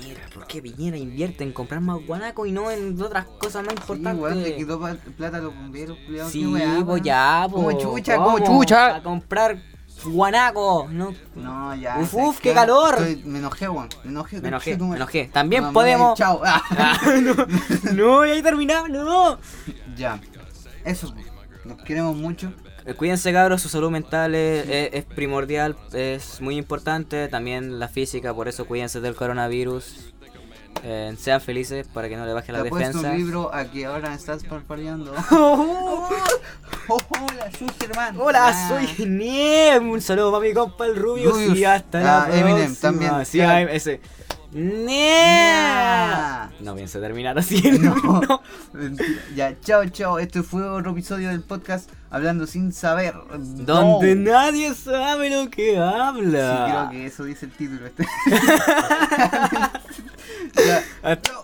Speaker 1: Mira, ¿por qué Piñera invierte en comprar más guanaco y no en otras cosas más
Speaker 2: Sí,
Speaker 1: importantes?
Speaker 2: weón, le quitó pa- plata a los bomberos, cuidado.
Speaker 1: Sí, pues ya, pues.
Speaker 2: Como chucha, como chucha.
Speaker 1: A comprar guanaco. No.
Speaker 2: No, ya.
Speaker 1: Uf,
Speaker 2: ¿sabes
Speaker 1: uf, qué calor.
Speaker 2: Estoy- me enojé, weón. Me enojé.
Speaker 1: Me enojé,
Speaker 2: conchetumare.
Speaker 1: me enojé. También
Speaker 2: Mamá,
Speaker 1: podemos.
Speaker 2: Chao. Ah,
Speaker 1: Ah, no, no, ya he terminado, no.
Speaker 2: ya. Eso. pues. Nos queremos mucho.
Speaker 1: Eh, Cuídense cabros, su salud mental es, es- es primordial, es muy importante, también la física, por eso cuídense del coronavirus. Eh, sean felices para que no le baje
Speaker 2: Te
Speaker 1: la
Speaker 2: he puesto
Speaker 1: defensa.
Speaker 2: un libro a que ahora estás parpadeando. Oh, hola, soy Germán.
Speaker 1: Hola,
Speaker 2: Ah.
Speaker 1: soy Niem. Un saludo para mi compa el Rubio.
Speaker 2: Rubius.
Speaker 1: Y hasta la
Speaker 2: Ah, Eminem
Speaker 1: próxima.
Speaker 2: también.
Speaker 1: Sí, ah, ese.
Speaker 2: Nah.
Speaker 1: Niem. No pienso terminar así.
Speaker 2: No.
Speaker 1: No. no.
Speaker 2: Mentira. Ya, chao, chao. Este fue otro episodio del podcast Hablando sin saber.
Speaker 1: Donde
Speaker 2: No.
Speaker 1: nadie sabe lo que
Speaker 2: Sí, creo
Speaker 1: habla.
Speaker 2: que eso dice el título. Este. Ya.
Speaker 1: Hasta-